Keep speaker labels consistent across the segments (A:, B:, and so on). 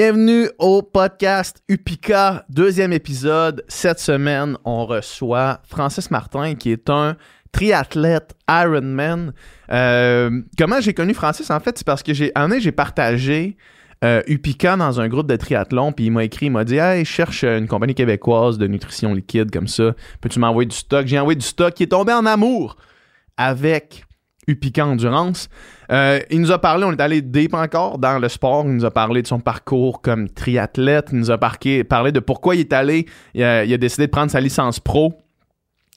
A: Bienvenue au podcast Upika, deuxième épisode. Cette semaine, on reçoit Francis Martin, qui est un triathlète Ironman. Euh, comment j'ai connu Francis, en fait, c'est parce que j'ai, un j'ai partagé euh, Upika dans un groupe de triathlon, puis il m'a écrit, il m'a dit Hey, je cherche une compagnie québécoise de nutrition liquide comme ça. Peux-tu m'envoyer du stock J'ai envoyé du stock qui est tombé en amour avec Upika Endurance. Euh, il nous a parlé, on est allé deep encore dans le sport. Il nous a parlé de son parcours comme triathlète. Il nous a parqué- parlé de pourquoi il est allé. Il a, il a décidé de prendre sa licence pro.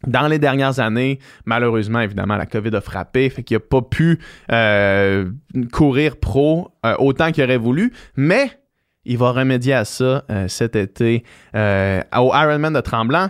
A: Dans les dernières années, malheureusement, évidemment, la COVID a frappé, fait qu'il n'a pas pu euh, courir pro euh, autant qu'il aurait voulu, mais il va remédier à ça euh, cet été euh, au Ironman de Tremblant.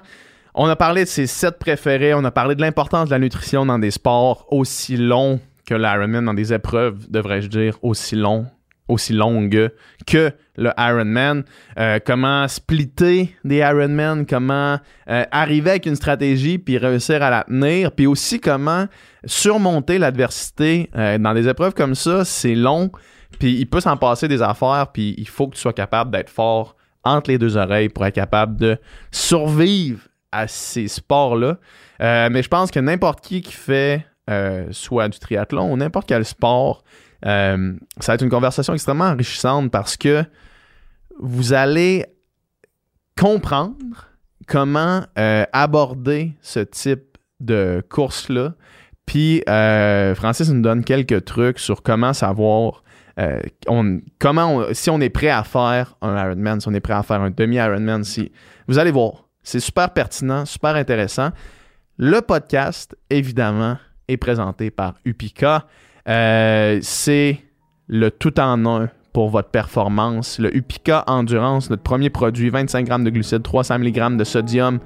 A: On a parlé de ses sept préférés, on a parlé de l'importance de la nutrition dans des sports aussi longs que l'Ironman, dans des épreuves, devrais-je dire, aussi longs, aussi longues que le Ironman. Euh, comment splitter des Ironman, comment euh, arriver avec une stratégie puis réussir à la tenir, puis aussi comment surmonter l'adversité euh, dans des épreuves comme ça, c'est long, puis il peut s'en passer des affaires, puis il faut que tu sois capable d'être fort entre les deux oreilles pour être capable de survivre à ces sports-là. Euh, mais je pense que n'importe qui qui fait euh, soit du triathlon ou n'importe quel sport, euh, ça va être une conversation extrêmement enrichissante parce que vous allez comprendre comment euh, aborder ce type de course-là. Puis euh, Francis nous donne quelques trucs sur comment savoir euh, on- comment on- si on est prêt à faire un Ironman, si on est prêt à faire un demi-Ironman. Si, vous allez voir, c'est super pertinent, super intéressant. Le podcast, évidemment, est présenté par Upika. Euh, c'est le tout en un pour votre performance. Le Upika Endurance, notre premier produit, 25 g de glucides, 300 mg de sodium,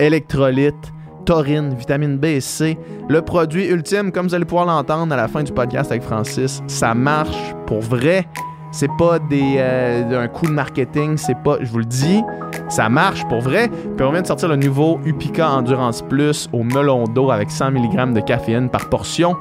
A: électrolytes, taurine, vitamine B et C. Le produit ultime, comme vous allez pouvoir l'entendre à la fin du podcast avec Francis, ça marche pour vrai. C'est pas des, euh, un coup de marketing, c'est pas, je vous le dis, ça marche pour vrai. Puis on vient de sortir le nouveau Upica Endurance Plus au melon d'eau avec 100 mg de caféine par portion.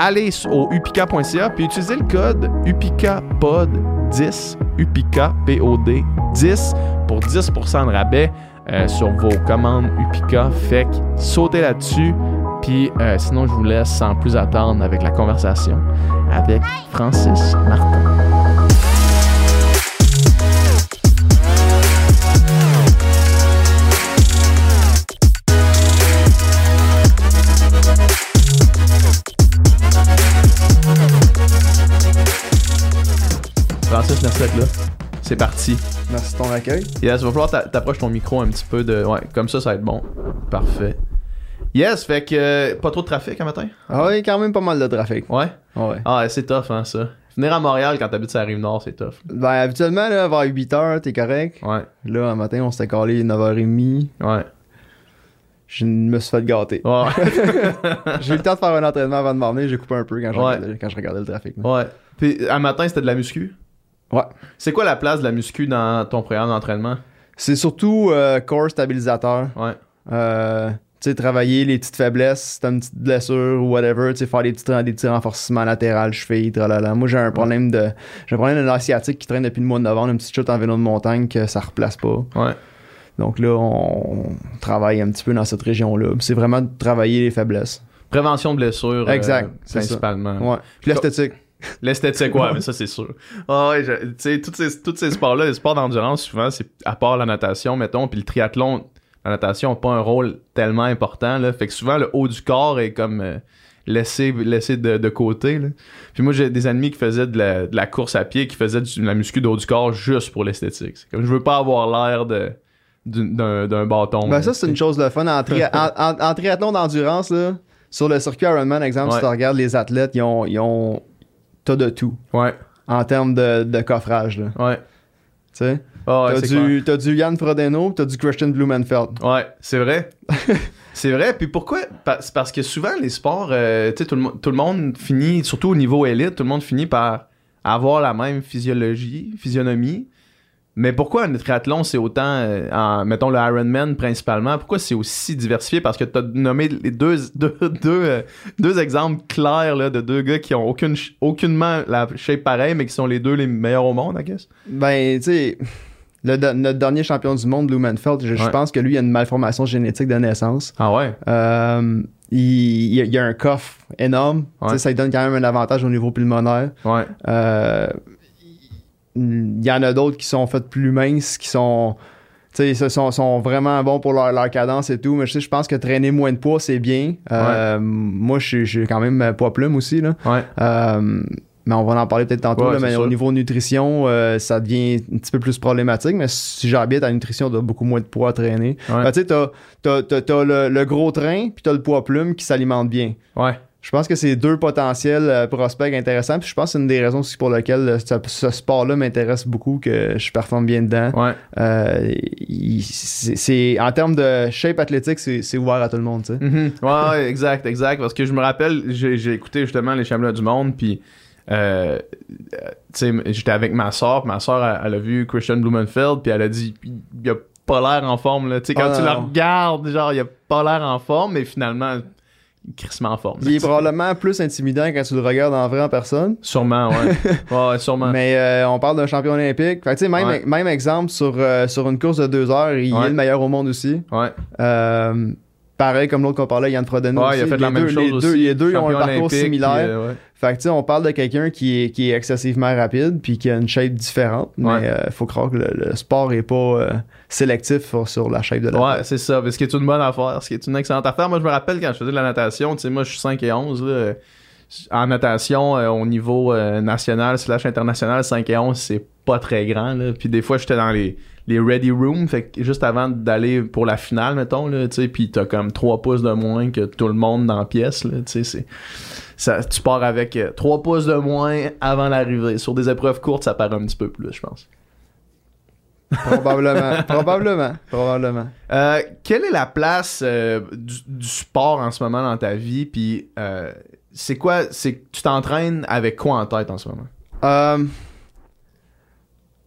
A: Allez s- au upica.ca puis utilisez le code UPICAPOD10, UPICA POD 10 pour 10% de rabais euh, sur vos commandes Upica. Fait que sautez là-dessus. Puis euh, sinon, je vous laisse sans plus attendre avec la conversation avec Francis Martin. Francis, merci d'être là. C'est parti.
B: Merci de ton accueil.
A: Yes, va falloir t'a- t'approches ton micro un petit peu de. Ouais, comme ça, ça va être bon. Parfait. Yes, fait que euh, pas trop de trafic un matin.
B: Ah oui, quand même pas mal de trafic.
A: Ouais.
B: Ouais.
A: Ah, ouais, c'est tough, hein, ça. Venir à Montréal quand t'habites sur la rive nord, c'est tough.
B: Ben, habituellement, là, vers 8h, t'es correct.
A: Ouais,
B: Là, un matin, on s'était calé 9h30.
A: ouais.
B: Je me suis fait gâter.
A: Ouais,
B: J'ai eu le temps de faire un entraînement avant de m'emmener. J'ai coupé un peu quand je,
A: Ouais.
B: regardais, quand je regardais le trafic. là.
A: ouais. Puis, un matin, c'était de la muscu.
B: Ouais.
A: C'est quoi la place de la muscu dans ton programme d'entraînement?
B: C'est surtout euh, corps stabilisateur.
A: Ouais.
B: Euh, tu sais, travailler les petites faiblesses, si t'as une petite blessure ou whatever, tu sais, faire des petits, des petits renforcements latérales, cheville, tralala. Moi, j'ai un problème de j'ai un problème de l'asiatique qui traîne depuis le mois de novembre, une petite chute en vélo de montagne que ça replace pas.
A: Ouais.
B: Donc là, on travaille un petit peu dans cette région-là. Puis C'est vraiment de travailler les faiblesses.
A: Prévention de blessures. euh,
B: Exact, c'est ça.
A: principalement.
B: Ouais. Puis l'esthétique.
A: L'esthétique, ouais, mais ça, c'est sûr. Ah ouais, je- tu sais, tous ces, tous ces sports-là, les sports d'endurance, souvent, c'est à part la natation, mettons, puis le triathlon, la natation n'a pas un rôle tellement important, là. Fait que souvent, le haut du corps est comme euh, laissé, laissé de, de côté, là. Puis moi, j'ai des amis qui faisaient de la, de la course à pied, qui faisaient du- de la muscu de haut du corps juste pour l'esthétique. C'est comme, je veux pas avoir l'air de d'une- d'un d'un bâton.
B: Ben
A: là,
B: ça, c'est une chose de fun. En, tri- en- en- en triathlon d'endurance, là, sur le circuit Ironman, exemple,
A: Ouais.
B: si tu regardes les athlètes, ils ont... Ils ont t'as de tout
A: Ouais,
B: en termes de, de coffrage, là.
A: ouais.
B: Tu sais?
A: Ah ouais,
B: t'as,
A: c'est clair.
B: du, t'as du Yann Frodeno, pis t'as du Christian Blumenfeld.
A: Ouais, c'est vrai. c'est vrai. Puis pourquoi Pa- C'est parce que souvent, les sports, euh, tu sais, tout, le mo- tout le monde finit, surtout au niveau élite, tout le monde finit par avoir la même physiologie, physionomie, Mais pourquoi un triathlon, c'est autant, euh, en- mettons le Ironman principalement, pourquoi c'est aussi diversifié? Parce que tu as nommé les deux, deux, deux, euh, deux exemples clairs là, de deux gars qui ont aucune, ch- aucunement la shape pareille, mais qui sont les deux les meilleurs au monde, I guess.
B: Ben, tu sais, le de- notre dernier champion du monde, Lou Manfeld, je, je
A: Ouais.
B: pense que lui, il a une malformation génétique de naissance.
A: Ah ouais?
B: Euh, il, il a- il a un coffre énorme. Tu sais,
A: Ouais.
B: Ça lui donne quand même un avantage au niveau pulmonaire.
A: Ouais.
B: Euh, il y en a d'autres qui sont faites plus minces, qui sont. Tu sais, ce sont, sont vraiment bons pour leur, leur cadence et tout. Mais je sais, je pense que traîner moins de poids, c'est bien. Euh, Moi, je suis- je suis quand même euh, poids plume aussi. Là.
A: Ouais.
B: Euh, mais on va en parler peut-être tantôt.
A: Ouais,
B: là,
A: c'est
B: mais
A: sûr.
B: au niveau nutrition, euh, ça devient un petit peu plus problématique. Mais si j'habite à la nutrition, t'as beaucoup moins de poids à traîner.
A: Ouais.
B: Ben, tu sais, t'as, t'as- t'as- t'as le, le gros train, puis t'as le poids plume qui s'alimente bien.
A: Ouais.
B: Je pense que c'est deux potentiels euh, prospects intéressants. Puis je pense que c'est une des raisons aussi pour lesquelles euh, ce, ce sport-là m'intéresse beaucoup, que je performe bien dedans.
A: Ouais.
B: Euh, il- c'est, c'est- en termes de shape athlétique, c'est, c'est ouvert à tout le monde. tu sais.
A: Mhm. Ouais, ouais, exact, exact. Parce que je me rappelle, j'ai j'ai écouté justement les championnats du monde, puis euh, euh, tu sais, j'étais avec ma soeur, ma soeur, elle, elle a vu Christian Blumenfeld, puis elle a dit, il a pas l'air en forme, là. Tu sais, quand
B: Ah,
A: tu
B: non,
A: le
B: non.
A: regardes, genre, il a pas l'air en forme, mais finalement, il est crissement en forme.
B: Il est probablement plus intimidant quand tu le regardes en vrai en personne.
A: Sûrement, ouais. ouais, sûrement.
B: Mais euh, on parle d'un champion olympique. Fait que, tu sais, même,
A: Ouais.
B: même exemple sur, euh, sur une course de deux heures, il
A: Ouais.
B: est le meilleur au monde aussi.
A: Ouais,
B: Euh, pareil comme l'autre qu'on parlait, Yann Frodeno.
A: ouais
B: aussi.
A: il a fait
B: les
A: la même
B: deux,
A: chose
B: les
A: aussi.
B: Deux, les deux ils ont un
A: champion
B: parcours
A: olympique,
B: similaire.
A: puis, euh, ouais.
B: Fait que tu sais, on parle de quelqu'un qui est, qui est excessivement rapide puis qui a une shape différente. Mais
A: Ouais.
B: euh, faut croire que le, le sport est pas euh, sélectif sur, sur la shape de la
A: Ouais, c'est ça. Mais Ce qui est une bonne affaire, ce qui est une excellente affaire. Moi, je me rappelle quand je faisais de la natation, tu sais, moi, je suis 5 et 11, là, euh, En natation, euh, au niveau euh, national slash international, 5 et 11, c'est pas très grand, là. Puis des fois, j'étais dans les, les ready rooms, fait que juste avant d'aller pour la finale, mettons, là, tu sais, puis t'as comme 3 pouces de moins que tout le monde dans la pièce, là, tu sais, c'est... Ça, tu pars avec 3 pouces de moins avant l'arrivée. Sur des épreuves courtes, ça part un petit peu plus, je pense.
B: Probablement. probablement. Probablement.
A: Euh, quelle est la place euh, du, du sport en ce moment dans ta vie? Puis euh, c'est quoi? C'est tu t'entraînes avec quoi en tête en ce moment?
B: Euh,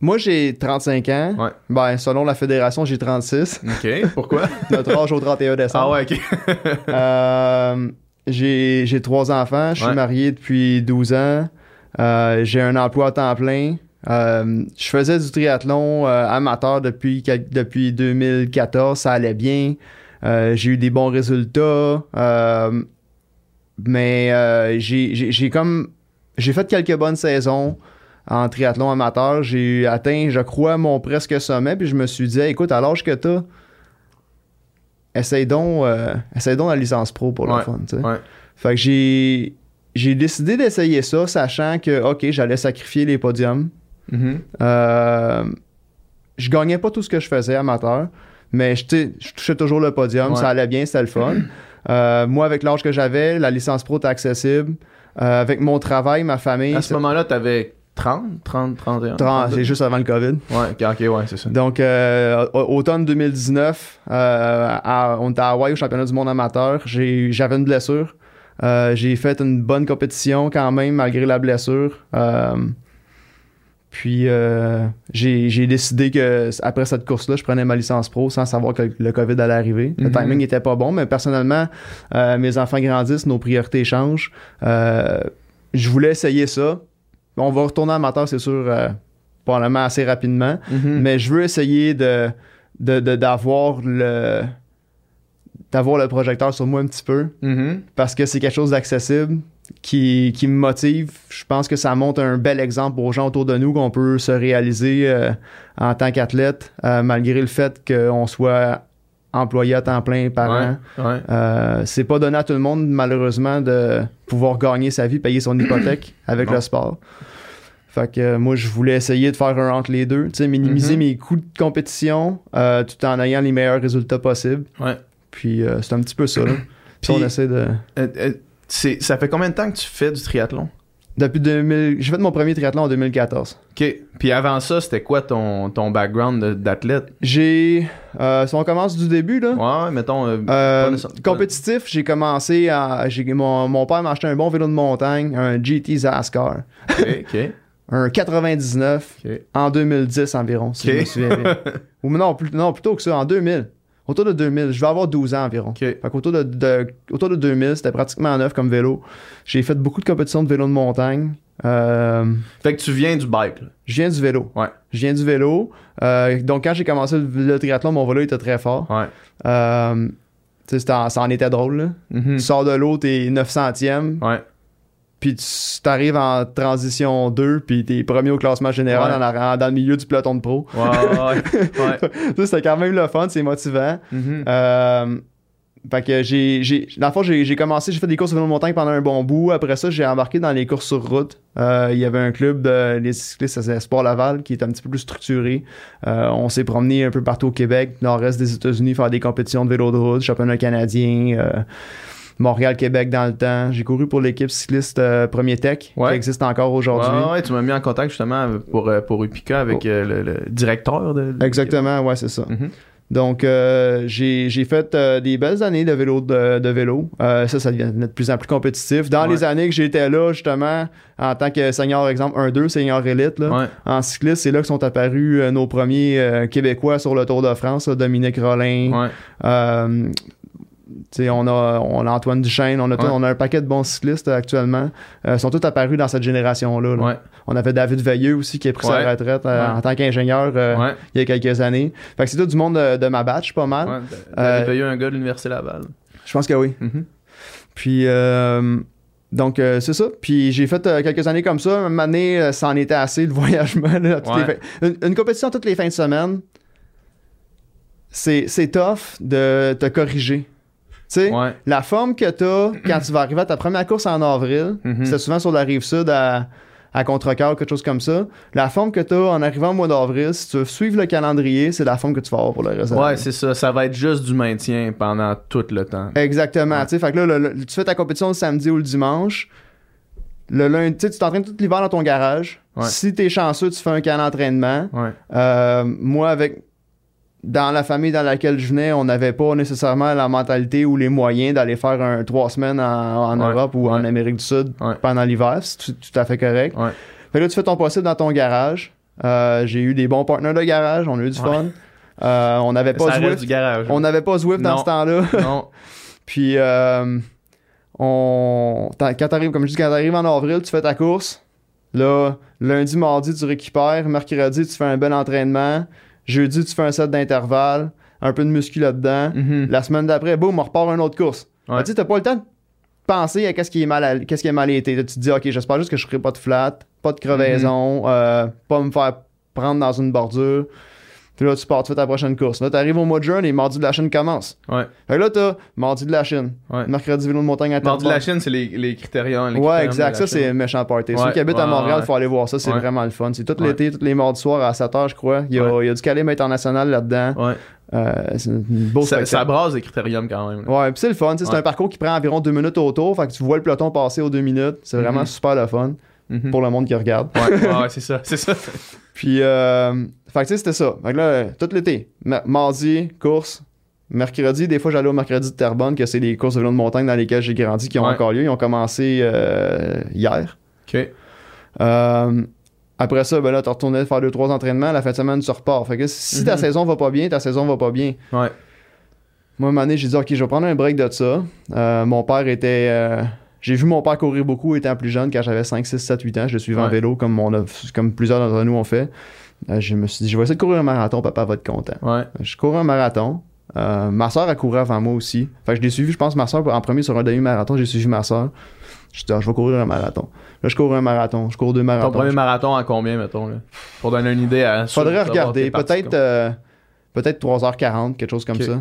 B: moi, j'ai 35 ans.
A: Ouais.
B: Ben, selon la fédération, j'ai 36.
A: Ok. Pourquoi?
B: Notre âge au 31 décembre.
A: ah ouais, ok.
B: Euh, j'ai j'ai trois enfants, je suis
A: Ouais.
B: marié depuis 12 ans, Euh, j'ai un emploi à temps plein. Euh, je faisais du triathlon euh, amateur depuis, quel- depuis 2014, ça allait bien. Euh, j'ai eu des bons résultats, Euh, mais euh, j'ai- j'ai j'ai comme j'ai fait quelques bonnes saisons en triathlon amateur. J'ai atteint, je crois, mon presque sommet, puis je me suis dit, Hey, écoute, à l'âge que t'as, essaye donc, euh, essaye donc la licence pro pour
A: Ouais,
B: le fun. tu sais.
A: ouais.
B: Fait que j'ai j'ai décidé d'essayer ça, sachant que, OK, j'allais sacrifier les podiums.
A: Mhm.
B: Euh, je gagnais pas tout ce que je faisais amateur, mais je, tu sais, je touchais toujours le podium,
A: Ouais.
B: ça allait bien, c'était le fun. Euh, moi, avec l'âge que j'avais, la licence pro était accessible. Euh, avec mon travail, ma famille,
A: À ce moment-là, t'avais 30, 30, 31.
B: Trans- c'est juste avant le COVID.
A: Ouais, ok, ok, ouais, c'est ça.
B: Donc, euh, au- automne 2019, euh, à- on était à Hawaï au championnat du monde amateur. J'ai- J'avais une blessure. Euh, J'ai fait une bonne compétition quand même, malgré la blessure. Euh, puis, euh, j'ai j'ai décidé que après cette course-là, je prenais ma licence pro sans savoir que le COVID allait arriver. Le
A: Mhm.
B: timing n'était pas bon, mais personnellement, euh, mes enfants grandissent, nos priorités changent. Euh, je voulais essayer ça. On va retourner amateur, c'est sûr, euh, probablement assez rapidement
A: Mhm.
B: mais je veux essayer de de- de- d'avoir le d'avoir le projecteur sur moi un petit peu
A: Mhm.
B: parce que c'est quelque chose d'accessible qui, qui me motive. Je pense que ça montre un bel exemple aux gens autour de nous qu'on peut se réaliser euh, en tant qu'athlète euh, malgré le fait qu'on soit employé à temps plein par an.
A: Ouais, ouais.
B: Euh, c'est pas donné à tout le monde, malheureusement, de pouvoir gagner sa vie, payer son hypothèque avec
A: Non.
B: le sport. Fait que euh, moi, je voulais essayer de faire un entre les deux, tu sais, minimiser
A: Mhm.
B: mes coûts de compétition euh, tout en ayant les meilleurs résultats possibles.
A: Ouais.
B: Puis euh, c'est un petit peu ça, là.
A: Puis-
B: Puis, on essaie de.
A: Euh, euh, c'est- ça fait combien de temps que tu fais du triathlon?
B: Depuis 2000, j'ai fait mon premier triathlon en 2014.
A: Ok. Puis avant ça, c'était quoi ton, ton background de- d'athlète?
B: J'ai. euh, si on commence du début, là.
A: Ouais, Ouais, mettons. euh,
B: Euh,
A: Pas nécessaire-
B: compétitif, j'ai commencé à. j'ai- Mon, mon père m'a acheté un bon vélo de montagne, un GT Zascar.
A: ok, ok.
B: un 99
A: Ok.
B: en 2010 environ, si
A: Ok.
B: je me souviens bien. Ou non, plus, non, plutôt que ça, en 2000. Autour de 2000, je vais avoir 12 ans environ.
A: Ok.
B: Fait qu'autour de, de- autour de 2000, c'était pratiquement neuf comme vélo. J'ai fait beaucoup de compétitions de vélo de montagne. Euh,
A: Fait que tu viens du bike. là.
B: je viens du vélo.
A: Ouais.
B: Je viens du vélo. Euh, donc, quand j'ai commencé le, le triathlon, mon vélo était très fort.
A: Ouais.
B: Euh, tu sais, c'était en- ça en était drôle. là.
A: Mhm.
B: Tu sors de l'eau, t'es 900e,
A: Ouais.
B: puis tu t'arrives en transition 2, puis t'es premier au classement général
A: Ouais.
B: en arri- dans le milieu du peloton de pro.
A: Ouais, ouais, ouais.
B: Ça, c'était quand même le fun, c'est motivant.
A: Mhm.
B: Euh, fait que j'ai, j'ai, dans le fond, j'ai, j'ai commencé, j'ai fait des courses de vélo de montagne pendant un bon bout. Après ça, j'ai embarqué dans les courses sur route. Euh, il y avait un club de les cyclistes à Sport Laval qui est un petit peu plus structuré. Euh, on s'est promené un peu partout au Québec, nord-est des États-Unis, faire des compétitions de vélo de route, championnat canadien, euh, Montréal-Québec dans le temps. J'ai couru pour l'équipe cycliste euh, Premier Tech
A: Ouais.
B: qui existe encore aujourd'hui.
A: Ouais, ouais, tu m'as mis en contact justement avec- pour, euh, pour Upica avec euh, le, le directeur de. de-
B: Oh. Exactement, ouais, c'est ça.
A: Mhm.
B: Donc, euh, j'ai j'ai fait euh, des belles années de vélo. De, de vélo. Euh, ça, ça devient de plus en plus compétitif. Dans
A: Ouais.
B: les années que j'étais là, justement, en tant que senior, exemple 1-2, senior élite, là,
A: Ouais.
B: en cycliste, c'est là que sont apparus euh, nos premiers euh, Québécois sur le Tour de France, là, Dominique Rollin.
A: Ouais.
B: euh, tu sais, on, a, on a Antoine Duchesne, on a, tout-
A: Ouais.
B: on a un paquet de bons cyclistes euh, actuellement. Euh, sont tous apparus dans cette génération-là. là.
A: Ouais.
B: On avait David Veilleux aussi qui a pris
A: Ouais.
B: sa retraite euh,
A: Ouais.
B: en tant qu'ingénieur euh,
A: Ouais.
B: il y a quelques années. Fait que c'est tout du monde de, de ma batch, pas mal.
A: Ouais.
B: Euh,
A: T'avais eu un gars de l'Université Laval.
B: Je pense que oui.
A: Mhm.
B: Puis, euh, donc, euh, c'est ça. Puis, j'ai fait euh, quelques années comme ça. Une année, euh, ça en était assez, le voyagement. là, toutes
A: Ouais.
B: les fins- une, une compétition toutes les fins de semaine, c'est c'est tough de te corriger. Tu sais,
A: Ouais.
B: la forme que t'as quand tu vas arriver à ta première course en avril,
A: Mhm.
B: c'était souvent sur la rive sud à, à Contrecoeur, quelque chose comme ça. La forme que tu as en arrivant au mois d'avril, si tu veux suivre le calendrier, c'est la forme que tu vas avoir pour le reste de
A: Ouais,
B: l'année.
A: c'est ça. Ça va être juste du maintien pendant tout le temps.
B: Exactement. Tu sais, fait que là, le- le- tu fais ta compétition le samedi ou le dimanche. Le lundi, tu sais, tu t'entraînes tout l'hiver dans ton garage.
A: Ouais.
B: Si t'es chanceux, tu fais un camp d'entraînement.
A: Ouais.
B: Euh, moi, avec dans la famille dans laquelle je venais, on n'avait pas nécessairement la mentalité ou les moyens d'aller faire un trois semaines en, en
A: Ouais.
B: Europe ou en
A: Ouais.
B: Amérique du Sud
A: Ouais.
B: pendant l'hiver. C'est tout- tout à fait correct.
A: Ouais.
B: Fait que là, tu fais ton possible dans ton garage. Euh, J'ai eu des bons partenaires de garage. On a eu du
A: Ouais.
B: fun. Euh, on n'avait pas
A: Ça reste du
B: Zwift.
A: garage.
B: On n'avait pas Zwift dans
A: Non.
B: ce temps-là.
A: Non.
B: Puis, euh, on... t'en- quand t'arrives, comme je dis, quand t'arrives en avril, tu fais ta course. Là, lundi, mardi, tu récupères. Mercredi, tu fais un bel entraînement. Jeudi, tu fais un set d'intervalle. Un peu de muscu là-dedans.
A: Mhm.
B: La semaine d'après, boum, on repart une autre course.
A: Ouais.
B: Fait que Tu sais, t'as pas le temps de penser à qu'est-ce qui est mal, à- qu'est-ce qui est mal été. Là, tu te dis, OK, j'espère juste que je ferai pas de flat, pas de
A: Mhm.
B: crevaison, euh, pas me faire prendre dans une bordure. Puis là, tu pars, tu fais ta prochaine course. Là, t'arrives au mois de juin et mardi de la chaîne commence.
A: Ouais.
B: Fait que là, t'as mardi de la Chine,
A: Ouais.
B: mercredi vélo de montagne à
A: Mardi de la
B: Terrebonne.
A: Chine, c'est les, les critériums. les critériums
B: Ouais,
A: de
B: exact.
A: la
B: Ça,
A: Chine.
B: c'est méchant party.
A: Ouais,
B: Ceux qui habitent
A: ouais,
B: à Montréal,
A: ouais.
B: faut aller voir ça. C'est
A: Ouais.
B: vraiment le fun. C'est tout
A: Ouais.
B: l'été, tous les mardis soirs à 7h, je crois. Il y a, il y a du calibre international là-dedans.
A: Ouais.
B: Euh, c'est un beau
A: Ça, ça
B: spectacle.
A: brasse les critériums quand même. là.
B: Ouais, puis c'est le fun. tu sais, C'est
A: Ouais.
B: un parcours qui prend environ deux minutes autour. Fait que tu vois le peloton passer aux deux minutes. C'est vraiment
A: Mhm.
B: super le fun
A: Mhm.
B: pour le monde qui regarde.
A: Ouais, ouais, ouais, c'est ça. C'est ça.
B: Puis, euh, fait que tu sais, c'était ça. Fait que là, euh, tout l'été, ma- mardi, course. Mercredi, des fois, j'allais au mercredi de Terrebonne, que c'est des courses de vélo de montagne dans lesquelles j'ai grandi qui ont
A: Ouais.
B: encore lieu. Ils ont commencé euh, hier.
A: OK.
B: Euh, après ça, ben là, tu retournais faire deux, trois entraînements. La fin de semaine, tu repars. Fait que si ta
A: Mhm.
B: saison va pas bien, ta saison va pas bien.
A: Ouais.
B: Moi, un moment donné, j'ai dit, OK, je vais prendre un break de ça. Euh, mon père était. euh, j'ai vu mon père courir beaucoup étant plus jeune, quand j'avais 5, 6, 7, 8 ans. Je le suivais en
A: Ouais.
B: vélo, comme, on a- comme plusieurs d'entre nous ont fait. Euh, je me suis dit, je vais essayer de courir un marathon, papa va être content.
A: Ouais.
B: Je cours un marathon. Euh, ma soeur a couru avant moi aussi. Fait que je l'ai suivi, je pense, ma soeur en premier sur un demi-marathon. J'ai suivi ma soeur. Je dis, Ah, je vais courir un marathon. Là, je cours un marathon. Ah, Je cours deux
A: Ton
B: marathons.
A: premier marathon à combien, mettons, là? Pour donner une idée à.
B: Faudrait
A: savoir tes
B: regarder.
A: parties,
B: Peut-être
A: comme-
B: euh, peut-être 3h40, quelque chose comme
A: Ok.
B: ça.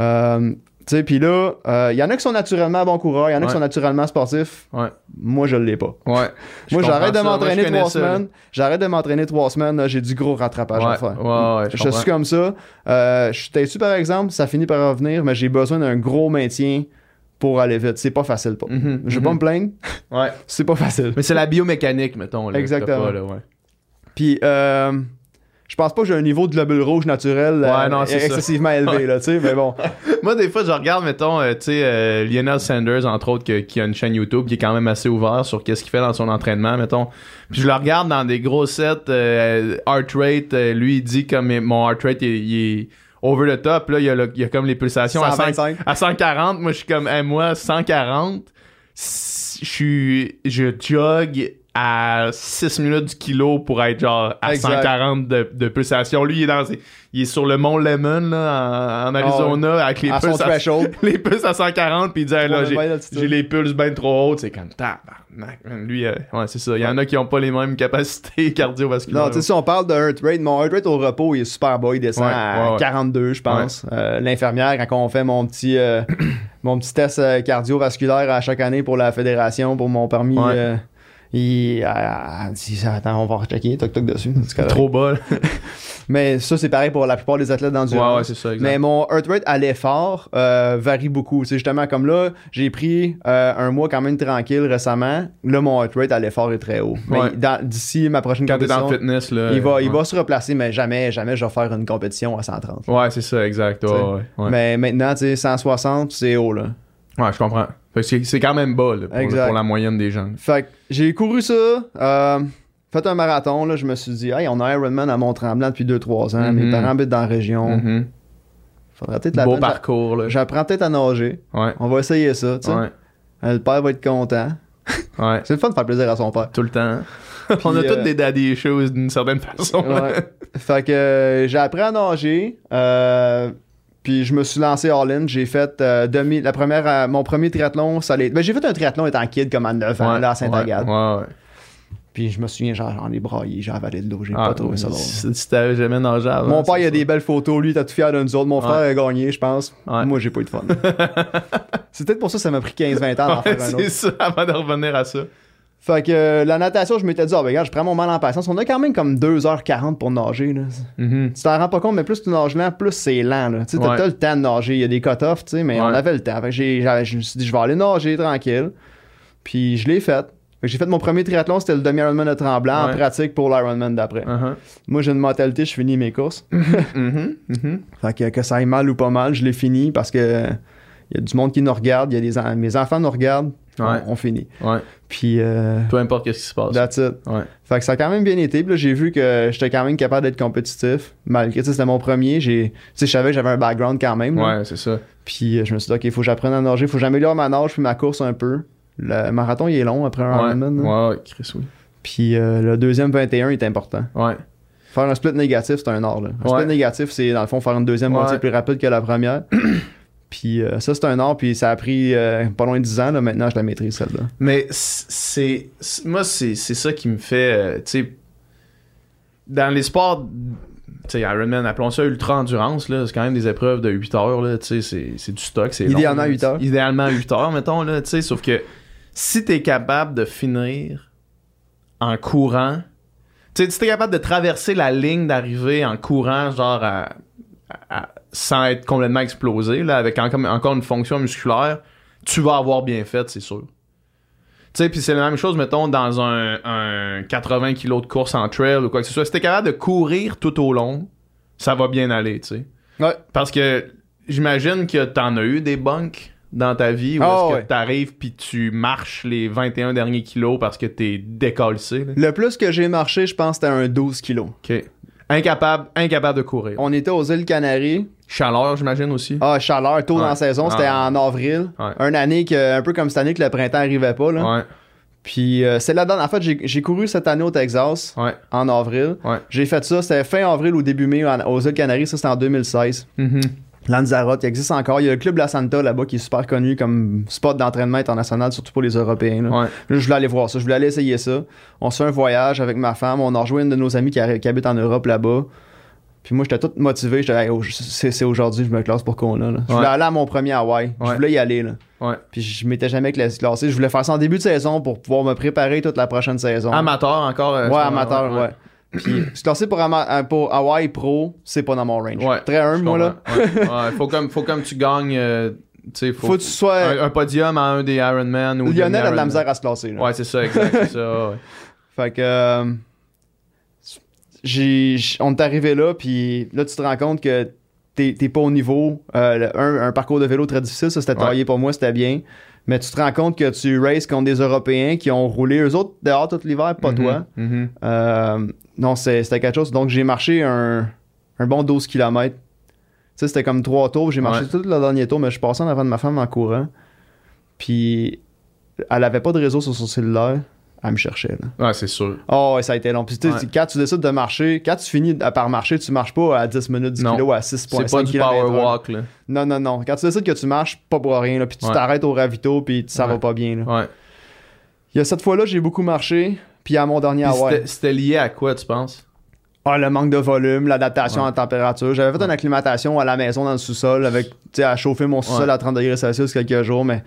B: Euh, tu sais, puis là, euh, il y en a qui sont naturellement bons coureurs, il y en a
A: Ouais.
B: qui sont naturellement sportifs.
A: Ouais.
B: Moi, je l'ai pas.
A: Ouais. Je
B: Moi, j'arrête de
A: comprends ça. Moi, je
B: m'entraîner
A: connais
B: trois
A: ça, là.
B: semaines. J'arrête de m'entraîner trois semaines. là, J'ai du gros rattrapage à
A: Ouais.
B: faire.
A: Ouais, ouais, je
B: je suis
A: comprends.
B: comme ça. Euh, je suis têtu, par exemple. Ça finit par revenir, mais j'ai besoin d'un gros maintien pour aller vite. C'est pas facile. Pas.
A: Mhm,
B: Je vais pas
A: mhm.
B: me plaindre.
A: Ouais.
B: C'est pas facile.
A: Mais c'est la biomécanique, mettons. Là, que t'as
B: Exactement.
A: pas, là, ouais.
B: Puis, euh, je pense pas que j'ai un niveau de globule rouge naturel euh,
A: Ouais, non, c'est ça.
B: excessivement élevé, là, tu sais, mais bon.
A: Moi, des fois, je regarde, mettons, euh, tu sais, euh, Lionel Sanders, entre autres, que- qui a une chaîne YouTube qui est quand même assez ouvert sur qu'est-ce qu'il fait dans son entraînement, mettons. Puis je le regarde dans des gros sets, euh, heart rate, euh, lui, il dit comme mon heart rate, il, il est over the top, là, il y a, le- il y a comme les pulsations à, 100
B: 125.
A: à 140. Moi, je suis comme, hey, moi, 140, si- je suis, je jog à 6 minutes du kilo pour être genre à
B: Exact.
A: 140 de, de pulsations. Lui, il est, dans, il est sur le mont Lemon, là, en, en Arizona, avec les
B: Ah à son
A: pulses à,
B: threshold.
A: les pulses à 140, puis il dit, Hey, là,
B: Ouais,
A: j'ai,
B: ouais, là, tu te-
A: j'ai les pulses bien trop hautes. C'est comme, tabarnak, man. Lui, euh, ouais, c'est ça. Il y en a qui ont pas les mêmes capacités cardiovasculaires.
B: Non, tu sais, si on parle de heart rate, mon heart rate au repos, il est super bas, il descend
A: Ouais,
B: à
A: ouais, ouais.
B: 42, je pense. Euh, L'infirmière, quand on fait mon petit, euh, mon petit test euh, cardiovasculaire à chaque année pour la fédération, pour mon permis,
A: Ouais.
B: euh, il, elle- elle dit, attends, on va rechecker, toc toc dessus. C'est correct.
A: Euh, trop bas. là.
B: Mais ça, c'est pareil pour la plupart des athlètes dans du
A: ouais, ouais, c'est ça, exact.
B: Mais mon heart rate à l'effort euh, varie beaucoup. C'est justement comme là, j'ai pris euh, un mois quand même tranquille récemment. Là, mon heart rate à l'effort est très haut. Mais
A: Ouais.
B: dans- d'ici ma prochaine
A: Quand t'es
B: compétition,
A: dans le fitness, là.
B: il, va, il
A: ouais.
B: va se replacer, mais jamais, jamais je vais faire une compétition à 130.
A: Ouais, c'est ça, exact. Ouais,
B: Tu sais.
A: ouais, ouais.
B: Mais maintenant, tu sais, 160, c'est haut, là.
A: Ouais, je comprends. Fait que c'est, c'est quand même bas, là, pour,
B: Exact.
A: pour la moyenne des gens.
B: Fait que j'ai couru ça, euh, fait un marathon, là, je me suis dit, hey, on a Ironman à Mont-Tremblant depuis 2-3
A: Mhm.
B: ans, mes parents habitent dans la région,
A: Mhm.
B: faudrait peut-être la
A: Beau
B: peine-
A: parcours, là.
B: J'apprends peut-être à nager,
A: Ouais.
B: on va essayer ça, tu sais.
A: Ouais.
B: Euh, Le père va être content.
A: Ouais.
B: C'est le fun de faire plaisir à son père.
A: Tout le temps. On a
B: Puis,
A: tous
B: euh,
A: des daddy issues d'une certaine façon. là.
B: Ouais. fait que euh, j'ai appris à nager. euh, puis je me suis lancé all-in. J'ai fait euh, demi. La première, euh, mon premier triathlon, ça allait. Ben, j'ai fait un triathlon étant kid, comme à 9 ans,
A: Ouais,
B: là, à Saint-Agathe.
A: Ouais, ouais. ouais.
B: Puis je me souviens, genre, j'en ai braillé, j'ai avalé de l'eau, j'ai
A: Ah,
B: pas trouvé ça drôle.
A: Si si t'avais jamais nagé avant.
B: Mon père, il
A: c'est
B: a des belles photos, lui, il était tout fier de nous autres. Mon
A: Ouais.
B: frère a gagné, je pense.
A: Ouais.
B: Moi, j'ai pas eu de fun. C'est peut-être pour ça que ça m'a pris 15-20 ans d'en
A: ça. Ouais,
B: faire un autre.
A: c'est ça, avant de revenir à ça.
B: Fait que euh, la natation, je m'étais dit, ah, ben, regarde, je prends mon mal en patience. On a quand même comme 2h40 pour nager, là.
A: Mhm.
B: tu t'en rends pas compte, mais plus tu nages lent, plus c'est lent. Là. Tu sais, t'as
A: Ouais.
B: t'as le temps de nager. Il y a des cut-offs, tu sais, mais
A: Ouais.
B: on avait le temps. Fait que j'ai- j'avais- je me suis dit, je vais aller nager tranquille. Puis je l'ai fait. Fait que J'ai fait mon premier triathlon, c'était le demi-Ironman de Tremblant
A: Ouais.
B: en pratique pour l'Ironman d'après.
A: Uh-huh.
B: Moi, j'ai une mentalité, je finis mes courses.
A: Mhm, mhm.
B: Fait que, que ça aille mal ou pas mal, je l'ai fini parce que il y a du monde qui nous regarde, il y a des en- mes enfants nous regardent,
A: Ouais.
B: on, on finit.
A: Ouais.
B: Puis euh,
A: Peu importe ce qui se passe.
B: that's it.
A: Ouais.
B: Fait que ça a quand même bien été. Puis là, j'ai vu que j'étais quand même capable d'être compétitif. Malgré, tu sais, c'était mon premier. J'ai, tu sais, je savais que j'avais un background quand même. là.
A: Ouais, c'est ça.
B: Puis euh, je me suis dit, OK, faut que j'apprenne à nager. Faut que j'améliore ma nage puis ma course un peu. Le marathon, il est long après un
A: Ouais,
B: Ironman. là.
A: ouais, ouais, Chris, oui.
B: Puis euh, le deuxième 21 est important.
A: Ouais.
B: Faire un split négatif, c'est un art. Là. Un
A: Ouais.
B: split négatif, c'est dans le fond faire une deuxième
A: Ouais.
B: moitié plus rapide que la première. puis euh, ça, c'est un art. Puis ça a pris euh, pas loin de 10 ans. Là. Maintenant, je la maîtrise, celle-là.
A: Mais c- c'est. c- Moi, c'est c'est ça qui me fait. euh, tu sais. Dans les sports. Tu sais, Ironman, appelons ça ultra endurance, là. C'est quand même des épreuves de 8 heures, là. Tu sais, c'est- c'est du stock. c'est long,
B: Idéalement
A: là.
B: 8 heures.
A: Idéalement 8 heures, mettons, là. Tu sais, sauf que si t'es capable de finir en courant. Tu sais, si t'es capable de traverser la ligne d'arrivée en courant, genre à- à- à- sans être complètement explosé, là, avec encore, encore une fonction musculaire, tu vas avoir bien fait, c'est sûr. Tu sais, puis c'est la même chose, mettons, dans un, un 80 kg de course en trail ou quoi que ce soit. Si t'es capable de courir tout au long, ça va bien aller, tu sais.
B: Ouais.
A: Parce que j'imagine que t'en as eu des bunks dans ta vie où
B: Ah,
A: est-ce que
B: ouais.
A: t'arrives puis tu marches les 21 derniers kilos parce que t'es décalcé. là.
B: Le plus que j'ai marché, je pense, c'était un 12 kilos.
A: OK. Incapable, incapable de courir.
B: On était aux îles Canaries.
A: Chaleur, j'imagine aussi.
B: Ah, chaleur, tôt
A: Ouais.
B: dans la saison, c'était
A: Ah.
B: en avril.
A: Ouais.
B: Une année que, un peu comme cette année que le printemps arrivait pas. Là.
A: Ouais,
B: Puis euh, c'est la dernière. En fait, j'ai- j'ai couru cette année au Texas
A: ouais.
B: en avril.
A: Ouais.
B: J'ai fait ça, c'était fin avril ou début mai en- aux îles Canaries, ça c'était en 2016.
A: Mhm.
B: Lanzarote, il existe encore. Il y a le club La Santa là-bas qui est super connu comme spot d'entraînement international, surtout pour les Européens. là.
A: Ouais.
B: Là, je voulais aller voir ça, je voulais aller essayer ça. On se fait un voyage avec ma femme, on a rejoint une de nos amies qui, arri- qui habite en Europe là-bas. Puis moi, j'étais tout motivé, j'étais, Hey, au- c'est, c'est aujourd'hui, je me classe pour qu'on a. là. Je
A: Ouais.
B: voulais aller à mon premier Hawaii,
A: Ouais.
B: je voulais y aller. Là.
A: Ouais.
B: Puis je m'étais jamais classi- classé, je voulais faire ça en début de saison pour pouvoir me préparer toute la prochaine saison.
A: Amateur encore. euh,
B: ouais,
A: ça-
B: amateur, ouais. Puis se classer pour, ama- euh, pour Hawaii Pro, c'est pas dans mon range.
A: Ouais,
B: Très humble,
A: Je
B: moi là.
A: comprends. Ouais, ouais. Faut comme, faut comme tu gagnes, euh, tu sais, faut,
B: Faut que tu sois.
A: un, un podium à un des Ironman ou
B: Lionel a de la
A: demi-Ironman.
B: misère à se classer. là.
A: Ouais, c'est ça, exact, c'est ça. ouais.
B: Fait que. euh, j'ai, j'- on est arrivé là, puis là, tu te rends compte que t'es, t'es pas au niveau. Euh, le- un, un parcours de vélo très difficile, ça, c'était
A: Ouais.
B: taillé pour moi, c'était bien. Mais tu te rends compte que tu races contre des Européens qui ont roulé eux autres dehors tout l'hiver, pas toi.
A: Mhm.
B: Euh, non, c'est- c'était quelque chose. Donc, j'ai marché un, un bon 12 km. Tu sais, c'était comme trois tours. J'ai marché
A: Ouais.
B: tout le dernier tour, mais je suis passé en avant de ma femme en courant. Puis, elle avait pas de réseau sur son cellulaire. Elle me cherchait, là.
A: Ouais, c'est sûr.
B: Oh, ouais, ça a été long. Puis, tu sais,
A: Ouais.
B: quand tu décides de marcher, quand tu finis à par marcher, tu marches pas à 10 minutes du
A: Non.
B: kilo à
A: C'est
B: 6,5
A: pas du power
B: km/h.
A: walk, là.
B: Non, non, non. Quand tu décides que tu marches, pas pour rien, là. Puis, tu
A: Ouais.
B: t'arrêtes au ravito, puis ça
A: Ouais.
B: va pas bien, là.
A: Ouais.
B: Il y a cette fois-là, j'ai beaucoup marché. Puis, à mon dernier
A: Puis
B: Hawaii.
A: c'était- C'était lié à quoi, tu penses?
B: Ah, le manque de volume, l'adaptation à la température. J'avais fait une acclimatation à la maison dans le sous-sol avec, tu sais, à chauffer mon sous-sol
A: Ouais.
B: à 30 degrés Celsius quelques jours, mais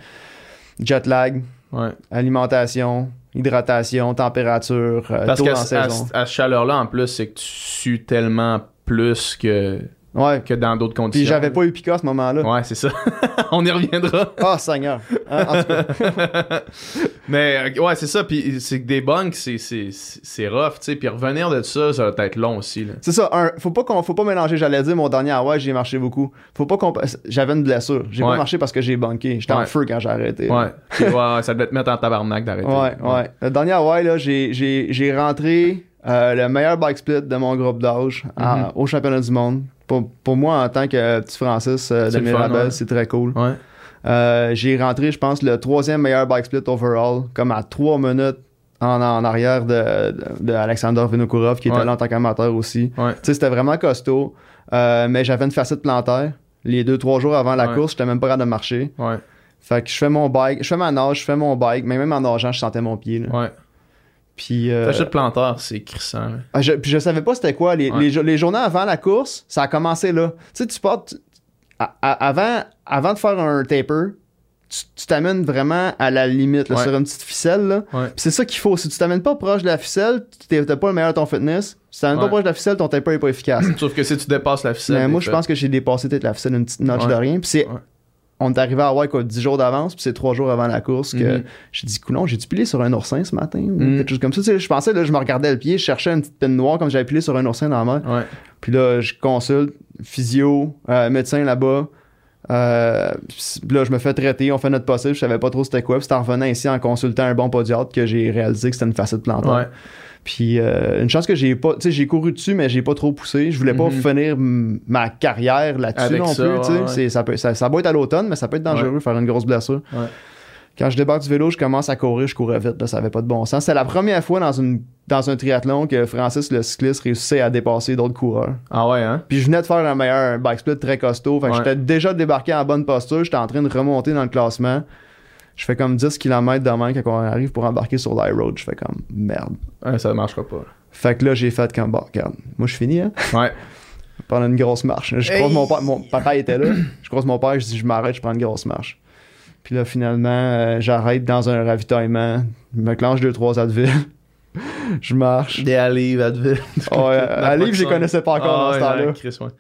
B: jet lag,
A: Ouais.
B: alimentation, hydratation, température, euh,
A: Parce
B: tôt
A: qu'à
B: dans la
A: à,
B: saison.
A: à cette chaleur-là, en plus, c'est que tu sues tellement plus que,
B: Ouais.
A: que dans d'autres conditions.
B: Puis j'avais pas eu pico à ce moment-là.
A: Ouais, c'est ça. On y reviendra.
B: Ah, Seigneur. Hein, en tout cas.
A: Mais euh, ouais, c'est ça. Puis c'est que des bunks, c'est, c'est, c'est rough, tu sais. Puis revenir de ça, ça va être long aussi. Là.
B: C'est ça, un, faut pas qu'on faut pas mélanger, j'allais dire mon dernier Hawaii, j'ai marché beaucoup. Faut pas qu'on j'avais une blessure. J'ai
A: Ouais.
B: pas marché parce que j'ai banqué, j'étais
A: Ouais.
B: en feu quand j'ai arrêté.
A: Ouais. Puis, ouais, ouais, ça devait te mettre en tabarnak d'arrêter.
B: Ouais, ouais. Le dernier Hawaii, là, j'ai, j'ai, j'ai rentré euh, le meilleur bike split de mon groupe d'âge à-
A: Mhm.
B: au championnat du monde. Pour, pour moi, en tant que petit Francis euh,
A: C'est
B: de
A: le fun,
B: Mirabel,
A: ouais.
B: c'est très cool.
A: Ouais.
B: Euh, j'ai rentré, je pense, le troisième meilleur bike split overall, comme à trois minutes en, en arrière de, de- de Alexander Vinokourov, qui était
A: Ouais.
B: là en tant qu'amateur aussi.
A: Ouais.
B: Tu sais, c'était vraiment costaud, euh, mais j'avais une facette plantaire. Les deux, trois jours avant la
A: Ouais.
B: course, j'étais même pas capable de marcher.
A: Ouais.
B: Fait que je fais mon bike, je fais ma nage, je fais mon bike, mais même en nageant, je sentais mon pied. là.
A: ouais.
B: Puis, euh,
A: T'achètes planteur, c'est crissant. là.
B: ah, je, puis je savais pas c'était quoi. Les,
A: Ouais.
B: les, jo- les journées avant la course, ça a commencé là. Tu sais, tu portes. tu- à- à- avant, avant de faire un taper, tu tu t'amènes vraiment à la limite, là,
A: Ouais.
B: sur une petite ficelle. Là.
A: Ouais.
B: Puis c'est ça qu'il faut. Si tu t'amènes pas proche de la ficelle, tu t'es- t'as pas le meilleur de ton fitness. Si tu t'amènes
A: Ouais.
B: pas proche de la ficelle, ton taper est pas efficace.
A: Sauf que si tu dépasses la ficelle.
B: Mais moi,
A: t'es
B: je
A: fait.
B: pense que j'ai dépassé peut-être la ficelle une petite notch
A: Ouais.
B: de rien. Puis c'est.
A: Ouais.
B: On est arrivé à avoir quoi, 10 jours d'avance, puis c'est 3 jours avant la course que
A: Mhm.
B: j'ai dit, coulon, j'ai-tu pilé sur un oursin ce matin ou
A: Mhm.
B: quelque chose comme ça. Tu sais, je pensais, là, je me regardais le pied, je cherchais une petite pine noire comme j'avais pilé sur un oursin dans la mer.
A: Ouais.
B: Puis là, je consulte physio, euh, médecin là-bas. Euh, puis là, je me fais traiter, on fait notre possible. Je savais pas trop c'était quoi. Puis c'est en revenant ici en consultant un bon podiatre que j'ai réalisé que c'était une facette plantaire.
A: Ouais.
B: Puis euh, une chance que j'ai pas, tu sais, j'ai couru dessus, mais j'ai pas trop poussé. Je voulais pas
A: Mhm.
B: finir mm, ma carrière là-dessus
A: Avec
B: non
A: ça,
B: plus. tu sais.
A: ouais.
B: C'est- Ça, peut, ça, ça va être à l'automne, mais ça peut être dangereux faire une grosse blessure.
A: Ouais.
B: Quand je débarque du vélo, je commence à courir, je courais vite, là, ça avait pas de bon sens. C'est la première fois dans, une, dans un triathlon que Francis le cycliste réussissait à dépasser d'autres coureurs.
A: Ah ouais, hein?
B: Puis je venais de faire un meilleur bike split très costaud. Fait que
A: Ouais.
B: j'étais déjà débarqué en bonne posture. J'étais en train de remonter dans le classement. Je fais comme 10 km demain quand on arrive pour embarquer sur l'high road. Je fais comme merde.
A: Ouais, ça marchera pas.
B: Fait que là, j'ai fait comme bon, regarde, moi je finis, hein.
A: Ouais.
B: Pendant une grosse marche. Je croise
A: Hey.
B: mon père. Mon papa était là. Je croise mon père, je dis je m'arrête, je prends une grosse marche. Puis là, finalement, euh, j'arrête dans un ravitaillement. Je me clenche deux, trois Advil. je marche.
A: Des Alive, Advil.
B: Ouais, à livre, je les connaissais pas encore
A: Ah
B: dans ce temps-là.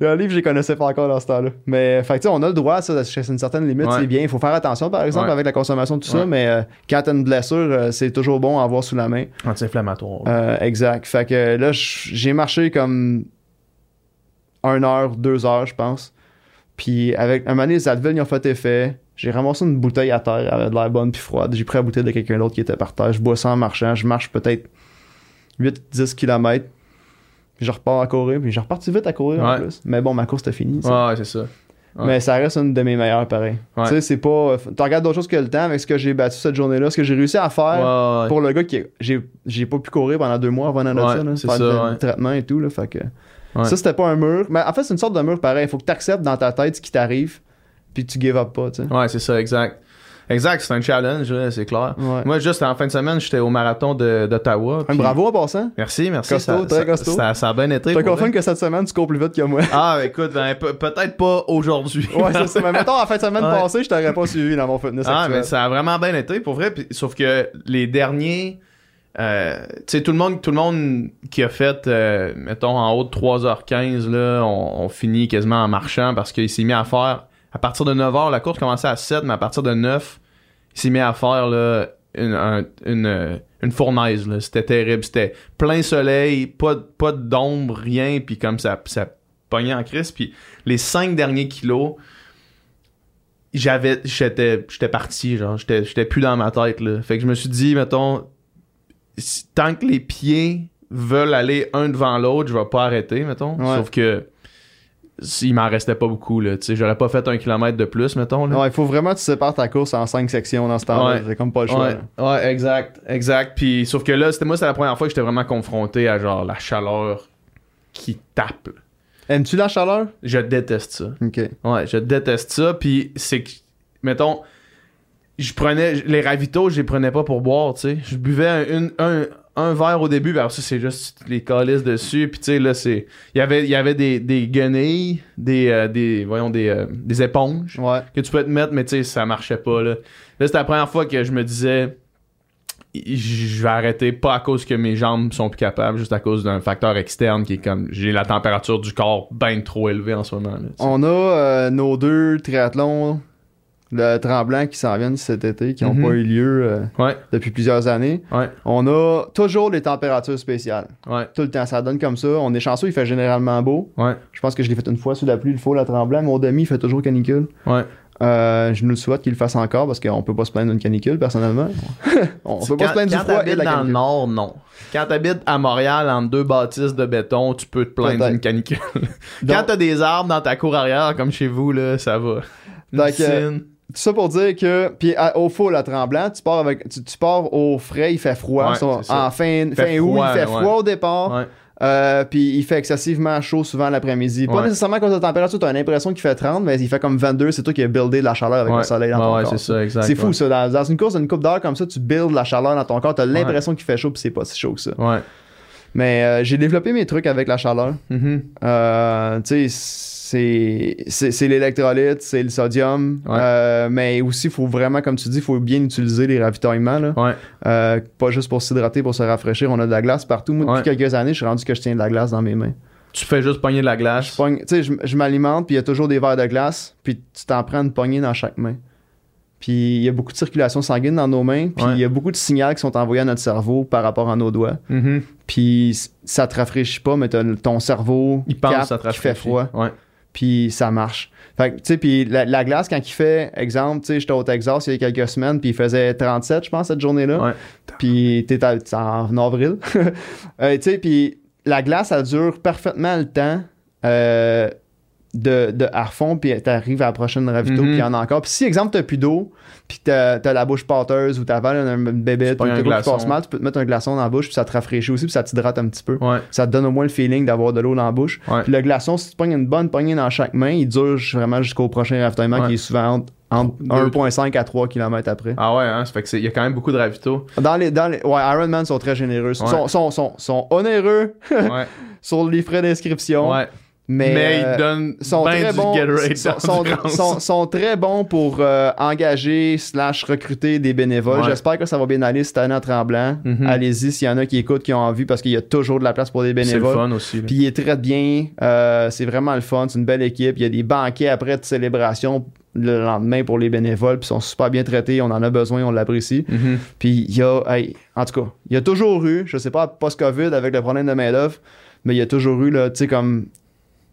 B: Le livre, je les connaissais pas encore dans ce temps-là. Mais, euh, fait que, tu sais, on a le droit, ça, c'est une certaine limite,
A: Ouais.
B: c'est bien. Il faut faire attention, par exemple,
A: Ouais.
B: avec la consommation de tout
A: Ouais.
B: ça, mais euh, quand t'as une blessure, euh, c'est toujours bon à avoir sous la main.
A: Anti-inflammatoire.
B: Euh, exact. Fait que là, j- j'ai marché comme une heure, deux heures, je pense. Puis, avec un moment donné, les Advil, ils ont fait effet. J'ai ramassé une bouteille à terre, elle avait de l'air bonne puis froide. J'ai pris la bouteille de quelqu'un d'autre qui était par terre. Je bois ça en marchant. Je marche peut-être 8-10 km. Puis je repars à courir. Puis je reparti vite à courir en
A: Ouais.
B: plus. Mais bon, ma course était finie. ça.
A: ouais, ouais, c'est ça. Ouais.
B: Mais ça reste une de mes meilleures, pareil.
A: Ouais.
B: Tu sais, c'est pas. Tu regardes d'autres choses que le temps avec ce que j'ai battu cette journée-là, ce que j'ai réussi à faire
A: Ouais, ouais.
B: pour le gars qui. J'ai, j'ai pas pu courir pendant deux mois avant la
A: Ouais,
B: notion, là,
A: c'est
B: faire
A: ça,
B: de-
A: ouais.
B: du traitement et tout, là. Fait que.
A: Ouais.
B: Ça, c'était pas un mur. Mais en fait, c'est une sorte de mur pareil. Faut que tu acceptes dans ta tête ce qui t'arrive, puis tu give up pas, tu sais.
A: Ouais, c'est ça, exact. Exact, c'est un challenge, là, c'est clair.
B: Ouais.
A: Moi, juste en fin de semaine, j'étais au marathon de- d'Ottawa.
B: Un
A: puis-
B: bravo en passant.
A: Merci, merci.
B: Costaud,
A: ça,
B: très
A: ça-
B: costaud.
A: Ça, ça a bien été.
B: Je te
A: pour
B: confirme
A: vrai.
B: que cette semaine, tu cours plus vite que moi.
A: Ah, écoute, ben, pe- peut-être pas aujourd'hui.
B: ouais, c'est ça. Mais mettons, en fin de semaine
A: Ouais.
B: passée, je t'aurais pas suivi dans mon fitness
A: Ah,
B: actuel.
A: mais ça a vraiment bien été, pour vrai. Puis, sauf que les derniers. euh, tu sais, tout le monde tout le monde qui a fait, euh, mettons, en haut de 3h15, là, on, on finit quasiment en marchant parce qu'il s'est mis à faire. À partir de 9h, la course commençait à 7, mais à partir de 9, il s'est mis à faire là, une, un- une, euh, une fournaise. là. C'était terrible. C'était plein soleil, pas, de- pas d'ombre, rien. Puis comme ça, ça pognait en crise. Puis les cinq derniers kilos, j'avais j'étais j'étais parti genre j'étais j'étais plus dans ma tête là fait que je me suis dit mettons si- tant que les pieds veulent aller un devant l'autre je vais pas arrêter mettons
B: Ouais.
A: sauf que s- il m'en restait pas beaucoup là tu sais j'aurais pas fait un kilomètre de plus mettons là.
B: Non, il faut vraiment que tu sépares ta course en cinq sections dans ce temps-là.
A: Ouais.
B: C'est comme pas le choix.
A: Ouais,
B: là.
A: ouais, exact, exact. Puis sauf que là, c'était moi, c'était la première fois que j'étais vraiment confronté à genre la chaleur qui tape. là.
B: Aimes-tu la chaleur?
A: Je déteste ça.
B: Ok.
A: Ouais, je déteste ça. Puis c'est que, mettons, je prenais les ravitaux, je les prenais pas pour boire, tu sais. Je buvais un, une- un, un verre au début, puis après ça, c'est juste les calices dessus. Puis tu sais, là, c'est. Il y avait, il y avait des, des guenilles, des, euh, des. Voyons, des, euh, des éponges
B: Ouais.
A: que tu peux te mettre, mais tu sais, ça marchait pas. Là, là c'était la première fois que je me disais, j- je vais arrêter, pas à cause que mes jambes sont plus capables, juste à cause d'un facteur externe qui est comme, j'ai la température du corps bien trop élevée en ce moment. là, tu sais.
B: On a euh, nos deux triathlons, le Tremblant qui s'en viennent cet été, qui n'ont
A: Mhm.
B: pas eu lieu euh,
A: Ouais,
B: depuis plusieurs années.
A: ouais,
B: On a toujours les températures spéciales.
A: ouais,
B: Tout le temps, ça donne comme ça. On est chanceux, il fait généralement beau.
A: ouais,
B: Je pense que je l'ai fait une fois sous la pluie, le faux, la Tremblant. Mon demi, il fait toujours canicule.
A: ouais.
B: Euh, je nous le souhaite qu'il le fasse encore parce qu'on peut pas se plaindre d'une canicule, personnellement. on peut pas se plaindre du
A: quand
B: froid et de
A: t'habites
B: la
A: dans le
B: canicule.
A: nord, non. Quand t'habites à Montréal, entre deux bâtisses de béton, tu peux te plaindre
B: Peut-être.
A: d'une canicule. quand
B: Donc-
A: t'as des arbres dans ta cour arrière, comme chez vous, là, ça va. Une
B: Donc, euh,
A: piscine.
B: Tout ça pour dire que, puis à- au faux, la tremblant, tu pars avec, tu, tu pars au frais, il fait froid.
A: Ouais,
B: Son-
A: c'est ça.
B: en fin,
A: Fait
B: fin août,
A: froid,
B: il fait
A: là,
B: froid au départ.
A: Ouais.
B: Euh, puis il fait excessivement chaud souvent l'après-midi. Pas
A: Ouais.
B: nécessairement à cause de la température, t'as l'impression qu'il fait 30, mais il fait comme 22, c'est toi qui as buildé de la chaleur avec
A: Ouais.
B: le soleil dans
A: Ouais,
B: ton
A: ouais,
B: corps.
A: c'est ça, exact.
B: C'est fou
A: ouais.
B: ça. Dans, dans une course d'une coupe d'heure comme ça, tu buildes la chaleur dans ton corps, t'as l'impression qu'il fait chaud, puis c'est pas si chaud que ça.
A: Ouais.
B: Mais euh, j'ai développé mes trucs avec la chaleur.
A: Mhm.
B: Euh, tu sais, c'est- c'est c'est l'électrolyte, c'est le sodium.
A: Ouais.
B: Euh, mais aussi, il faut vraiment, comme tu dis, il faut bien utiliser les ravitaillements. là.
A: Ouais.
B: Euh, pas juste pour s'hydrater, pour se rafraîchir. On a de la glace partout. Moi, depuis
A: Ouais.
B: quelques années, je suis rendu que je tiens de la glace dans mes mains.
A: Tu fais juste pogner de la
B: Je
A: glace.
B: pogne- tu sais, je, je m'alimente, puis il y a toujours des verres de glace, puis tu t'en prends une poignée dans chaque main. Puis il y a beaucoup de circulation sanguine dans nos mains, puis il
A: Ouais.
B: y a beaucoup de signaux qui sont envoyés à notre cerveau par rapport à nos doigts.
A: Mhm.
B: Puis c- ça te rafraîchit pas, mais t'as le- ton cerveau
A: Il pense
B: capte
A: ça te
B: qui fait
A: rafraîchit.
B: froid
A: Ouais.
B: puis ça marche. Fait que, tu sais, puis la, la glace, quand il fait, exemple, tu sais, j'étais au Texas il y a quelques semaines, puis il faisait 37, je pense, cette journée-là.
A: Ouais.
B: Puis t'es à- t'es en avril. Euh, tu sais, puis la glace, elle dure parfaitement le temps euh, de, de à fond, puis t'arrives à la prochaine ravito,
A: Mhm.
B: puis il y en a encore. Puis si, exemple, t'as plus d'eau, puis t'as t'as la bouche pâteuse ou t'avales un bébé,
A: Tu
B: ou
A: pognes un
B: t'as quoi qui
A: glaçon.
B: passe mal, tu peux te mettre un glaçon dans la bouche, puis ça te rafraîchit aussi, puis ça t'hydrate un petit peu.
A: Ouais.
B: Ça te donne au moins le feeling d'avoir de l'eau dans la bouche.
A: Ouais.
B: Puis le glaçon, si tu pognes une bonne poignée dans chaque main, il dure vraiment jusqu'au prochain ravitaillement
A: Ouais.
B: qui est souvent entre, entre
A: Deux.
B: 1,5 à 3 km après.
A: Ah ouais, hein, ça fait que c'est- il y a quand même beaucoup de ravitaux.
B: Dans les, dans les, ouais, Ironman sont très généreux. Ils
A: Ouais.
B: sont, sont, sont, sont onéreux
A: Ouais.
B: sur les frais d'inscription,
A: ouais.
B: mais,
A: Mais,
B: euh,
A: ils donnent
B: sont
A: ben
B: très
A: du
B: bons,
A: Gatorade
B: sont,
A: dans
B: sont-
A: du grand
B: sont-
A: sens.
B: sont très bons pour euh, engager slash recruter des bénévoles.
A: Ouais.
B: J'espère que ça va bien aller cette année en tremblant.
A: Mhm.
B: Allez-y s'il y en a qui écoutent, qui ont envie, parce qu'il y a toujours de la place pour des
A: C'est le
B: bénévoles.
A: fun aussi. là.
B: Puis il traite bien. Euh, c'est vraiment le fun. C'est une belle équipe. Il y a des banquets après de célébration le lendemain pour les bénévoles. Puis ils sont super bien traités. On en a besoin. On l'apprécie.
A: Mhm.
B: Puis il y a. hey, en tout cas, il y a toujours eu, je sais pas, post-COVID avec le problème de main-d'œuvre, mais il y a toujours eu, là, tu sais, comme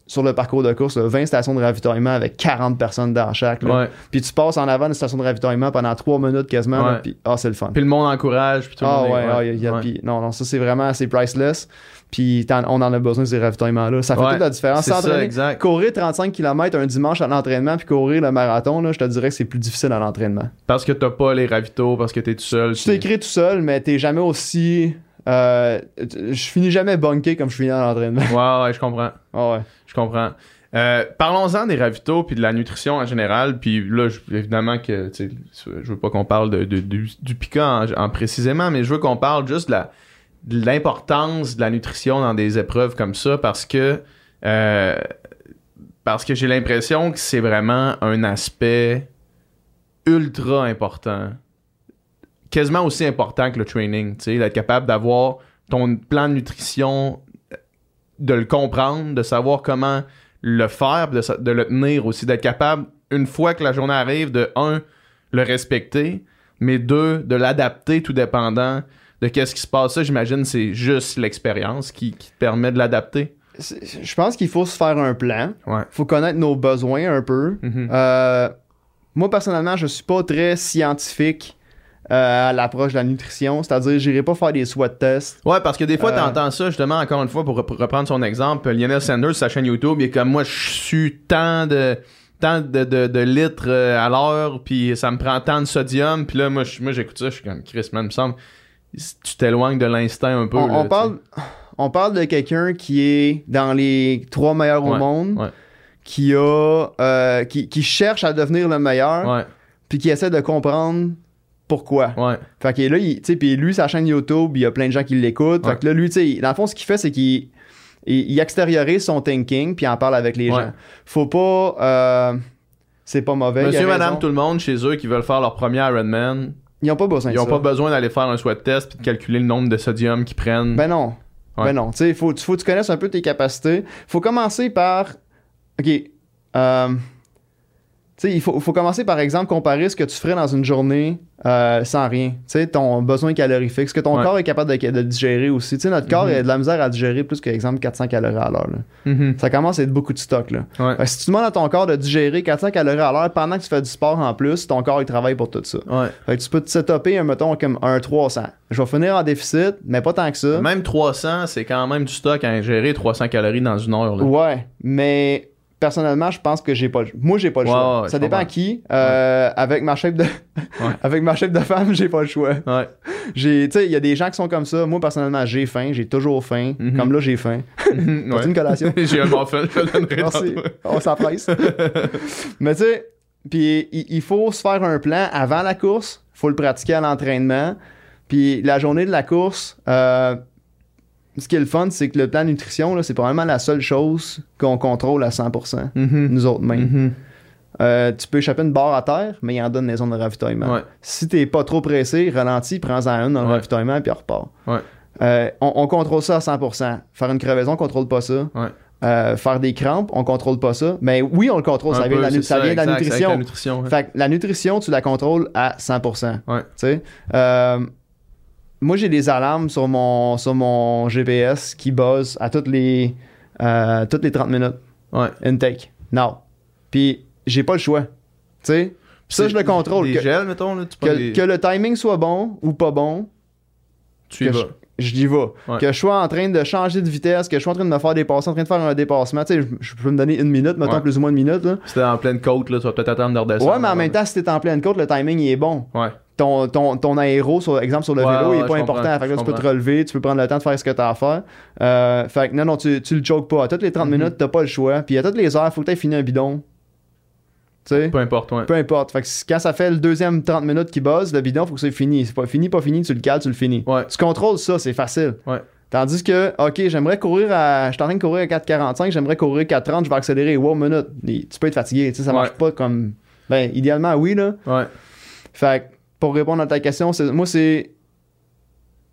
B: sur le parcours de course, là, 20 stations de ravitaillement avec 40 personnes dans chaque. là.
A: Ouais.
B: Puis tu passes en avant d'une station de ravitaillement pendant 3 minutes quasiment. là,
A: Ouais.
B: Puis ah, c'est le fun.
A: Puis le monde encourage. Puis tout le
B: Ah
A: monde
B: ouais,
A: est-
B: ah, y a- y a-
A: ouais.
B: puis- non, non, ça c'est vraiment c'est priceless. Puis t'en- on en a besoin de ces ravitaillements-là. Ça fait
A: Ouais,
B: toute la différence.
A: C'est ça,
B: S'entraîner-
A: exact.
B: Courir 35 km un dimanche à l'entraînement, puis courir le marathon, là, je te dirais que c'est plus difficile à l'entraînement.
A: Parce que t'as pas les ravitaux, parce que t'es tout seul.
B: Tu
A: puis-
B: t'écris tout seul, mais t'es jamais aussi. euh, t- je finis jamais bunké comme je finis à l'entraînement.
A: Ouais, ouais, je comprends.
B: Ah ouais.
A: Je comprends. Euh, Parlons-en des ravitaux puis de la nutrition en général. Puis là, je- évidemment que tu sais, je veux pas qu'on parle de, de- du, du piquant en, en précisément, mais je veux qu'on parle juste de la- de l'importance de, la nutrition dans des épreuves comme ça parce que euh, parce que j'ai l'impression que c'est vraiment un aspect ultra important, quasiment aussi important que le training, tu sais, d'être capable d'avoir ton plan de nutrition, de le comprendre, de savoir comment le faire, de, sa- de le tenir aussi, d'être capable, une fois que la journée arrive, de un, le respecter, mais deux, de l'adapter tout dépendant de qu'est-ce qui se passe. Ça, j'imagine, c'est juste l'expérience qui, qui te permet de l'adapter.
B: C'est- Je pense qu'il faut se faire un plan.
A: Ouais.
B: faut connaître nos besoins un peu.
A: Mhm.
B: Euh, moi, personnellement, je suis pas très scientifique euh, à l'approche de la nutrition. C'est-à-dire, j'irai pas faire des sweat tests.
A: Ouais, parce que des fois,
B: Euh.
A: t'entends ça, justement, encore une fois, pour rep- reprendre son exemple, euh, Lionel Sanders, sa chaîne YouTube, il est comme, moi, je suis tant de tant de, de, de litres euh, à l'heure, puis ça me prend tant de sodium, puis là, moi, je- moi j'écoute ça, je suis comme, Chris, man, il me semble, tu t'éloignes de l'instinct un peu.
B: On,
A: là,
B: on
A: tu
B: parle, on parle de quelqu'un qui est dans les trois meilleurs au
A: Ouais,
B: monde,
A: ouais.
B: qui a, euh, qui, qui cherche à devenir le
A: sais.
B: meilleur,
A: Ouais,
B: puis qui essaie de comprendre pourquoi.
A: ouais,
B: Fait que là, il- tu sais, puis lui, sa chaîne YouTube, il y a plein de gens qui l'écoutent.
A: Ouais.
B: Fait que là, lui, tu sais, dans le fond, ce qu'il fait, c'est qu'il il, il extériorise son thinking, puis il en parle avec les
A: Ouais.
B: gens. Faut pas. euh, c'est pas mauvais. Ben, il
A: Monsieur,
B: a raison.
A: madame, tout le monde, chez eux, qui veulent faire leur premier Ironman,
B: Ils ont pas besoin
A: ils
B: de
A: n'ont
B: Ben, ça.
A: pas besoin d'aller faire un sweat test puis de calculer le nombre de sodium qu'ils prennent.
B: Ben non.
A: Mm. Ouais.
B: Ben non. Tu sais, faut, faut que tu connaisses un peu tes capacités. Faut commencer par. OK. euh, tu sais, il faut, faut commencer par exemple comparer ce que tu ferais dans une journée euh, sans rien. Tu sais, ton besoin calorifique, ce que ton
A: Ouais.
B: corps est capable de, de digérer aussi. Tu sais, notre corps
A: Mhm.
B: a de la misère à digérer plus que, exemple, 400 calories à l'heure. là.
A: Mhm.
B: Ça commence à être beaucoup de stock. Là.
A: Ouais.
B: Fait que si tu demandes à ton corps de digérer 400 calories à l'heure pendant que tu fais du sport en plus, ton corps il travaille pour tout ça.
A: Ouais.
B: Fait que tu peux te setuper, un, mettons, comme un 300. Je vais finir en déficit, mais pas tant que ça.
A: Même 300, c'est quand même du stock à ingérer 300 calories dans une heure. là.
B: Ouais, mais personnellement, je pense que j'ai pas le Moi, j'ai pas le
A: Ouais,
B: choix.
A: ouais,
B: ça
A: je
B: dépend à
A: comprends.
B: qui. Euh, Avec ma chef de avec ma chef de femme, j'ai pas le choix.
A: Ouais.
B: J'ai tu sais, il y a des gens qui sont comme ça. Moi personnellement, j'ai faim, j'ai toujours faim.
A: Mhm.
B: Comme là, j'ai faim.
A: Mhm,
B: T'as-tu
A: ouais.
B: une collation.
A: J'ai un muffin, je te le donnerai
B: Merci.
A: tantôt.
B: On s'empresse. mais tu sais, puis il il faut se faire un plan avant la course, faut le pratiquer à l'entraînement. Puis la journée de la course, euh, ce qui est le fun, c'est que le plan nutrition, là, c'est probablement la seule chose qu'on contrôle à 100%, nous autres mêmes.
A: Mhm.
B: Euh, tu peux échapper une barre à terre, mais il en donne les zones de ravitaillement.
A: Ouais.
B: Si t'es pas trop pressé, ralentis, prends-en une dans le
A: Ouais.
B: ravitaillement, puis on repart.
A: Ouais.
B: Euh, on, on contrôle ça à 100%. Faire une crevaison, on contrôle pas ça.
A: Ouais.
B: Euh, faire des crampes, on contrôle pas ça. Mais oui, on le contrôle,
A: Un
B: ça, vient,
A: peu,
B: de la, nu-
A: c'est
B: ça vient de la
A: exact, c'est avec
B: nutrition.
A: la nutrition. ouais.
B: Fait que la nutrition, tu la contrôles à 100%.
A: Ouais.
B: Tu sais, euh, moi, j'ai des alarmes sur mon, sur mon GPS qui buzzent à toutes les, euh, toutes les 30 minutes.
A: Ouais.
B: Intake. Non. Puis, j'ai pas le choix. Tu sais, ça, je le contrôle.
A: Des
B: Que,
A: gels, mettons, là, tu
B: que-
A: prends des-
B: que le timing soit bon ou pas bon,
A: tu y
B: que
A: vas.
B: je dis va.
A: Ouais.
B: Que je sois en train de changer de vitesse, que je sois en train de me faire dépasser, en train de faire un dépassement. Tu sais, je, je peux me donner une minute, mettons
A: Ouais.
B: plus ou moins une minute. là.
A: C'était en pleine côte, là, tu vas peut-être attendre de redescendre.
B: ouais, mais en même temps, si t'es en pleine côte, le timing, il est bon.
A: Ouais.
B: ton, ton, ton aéro, sur, exemple sur le
A: Ouais,
B: vélo,
A: ouais,
B: il est pas
A: je
B: important.
A: comprends,
B: Fait que là,
A: je
B: tu peux te
A: comprends.
B: relever, tu peux prendre le temps de faire ce que tu as à faire. Euh, fait que non, non, tu, tu le jokes pas. À toutes les 30
A: Mhm.
B: minutes, t'as pas le choix. Puis à toutes les heures, faut que tu fini un bidon. Tu sais?
A: Peu importe, ouais.
B: Peu importe. Fait que c- quand ça fait le deuxième 30 minutes qui buzz, le bidon, faut que c'est fini. C'est pas fini, pas fini, tu le cales, tu le finis.
A: Ouais.
B: Tu contrôles ça, c'est facile.
A: Ouais.
B: Tandis que, OK, j'aimerais courir à. Je suis en train de courir à 4,45, j'aimerais courir 4,30, je vais accélérer. Wow, minute. Et Tu peux être fatigué. Tu sais, ça marche
A: Ouais.
B: pas comme. Ben, idéalement, oui, là.
A: Ouais.
B: Fait que, pour répondre à ta question, c'est- moi, c'est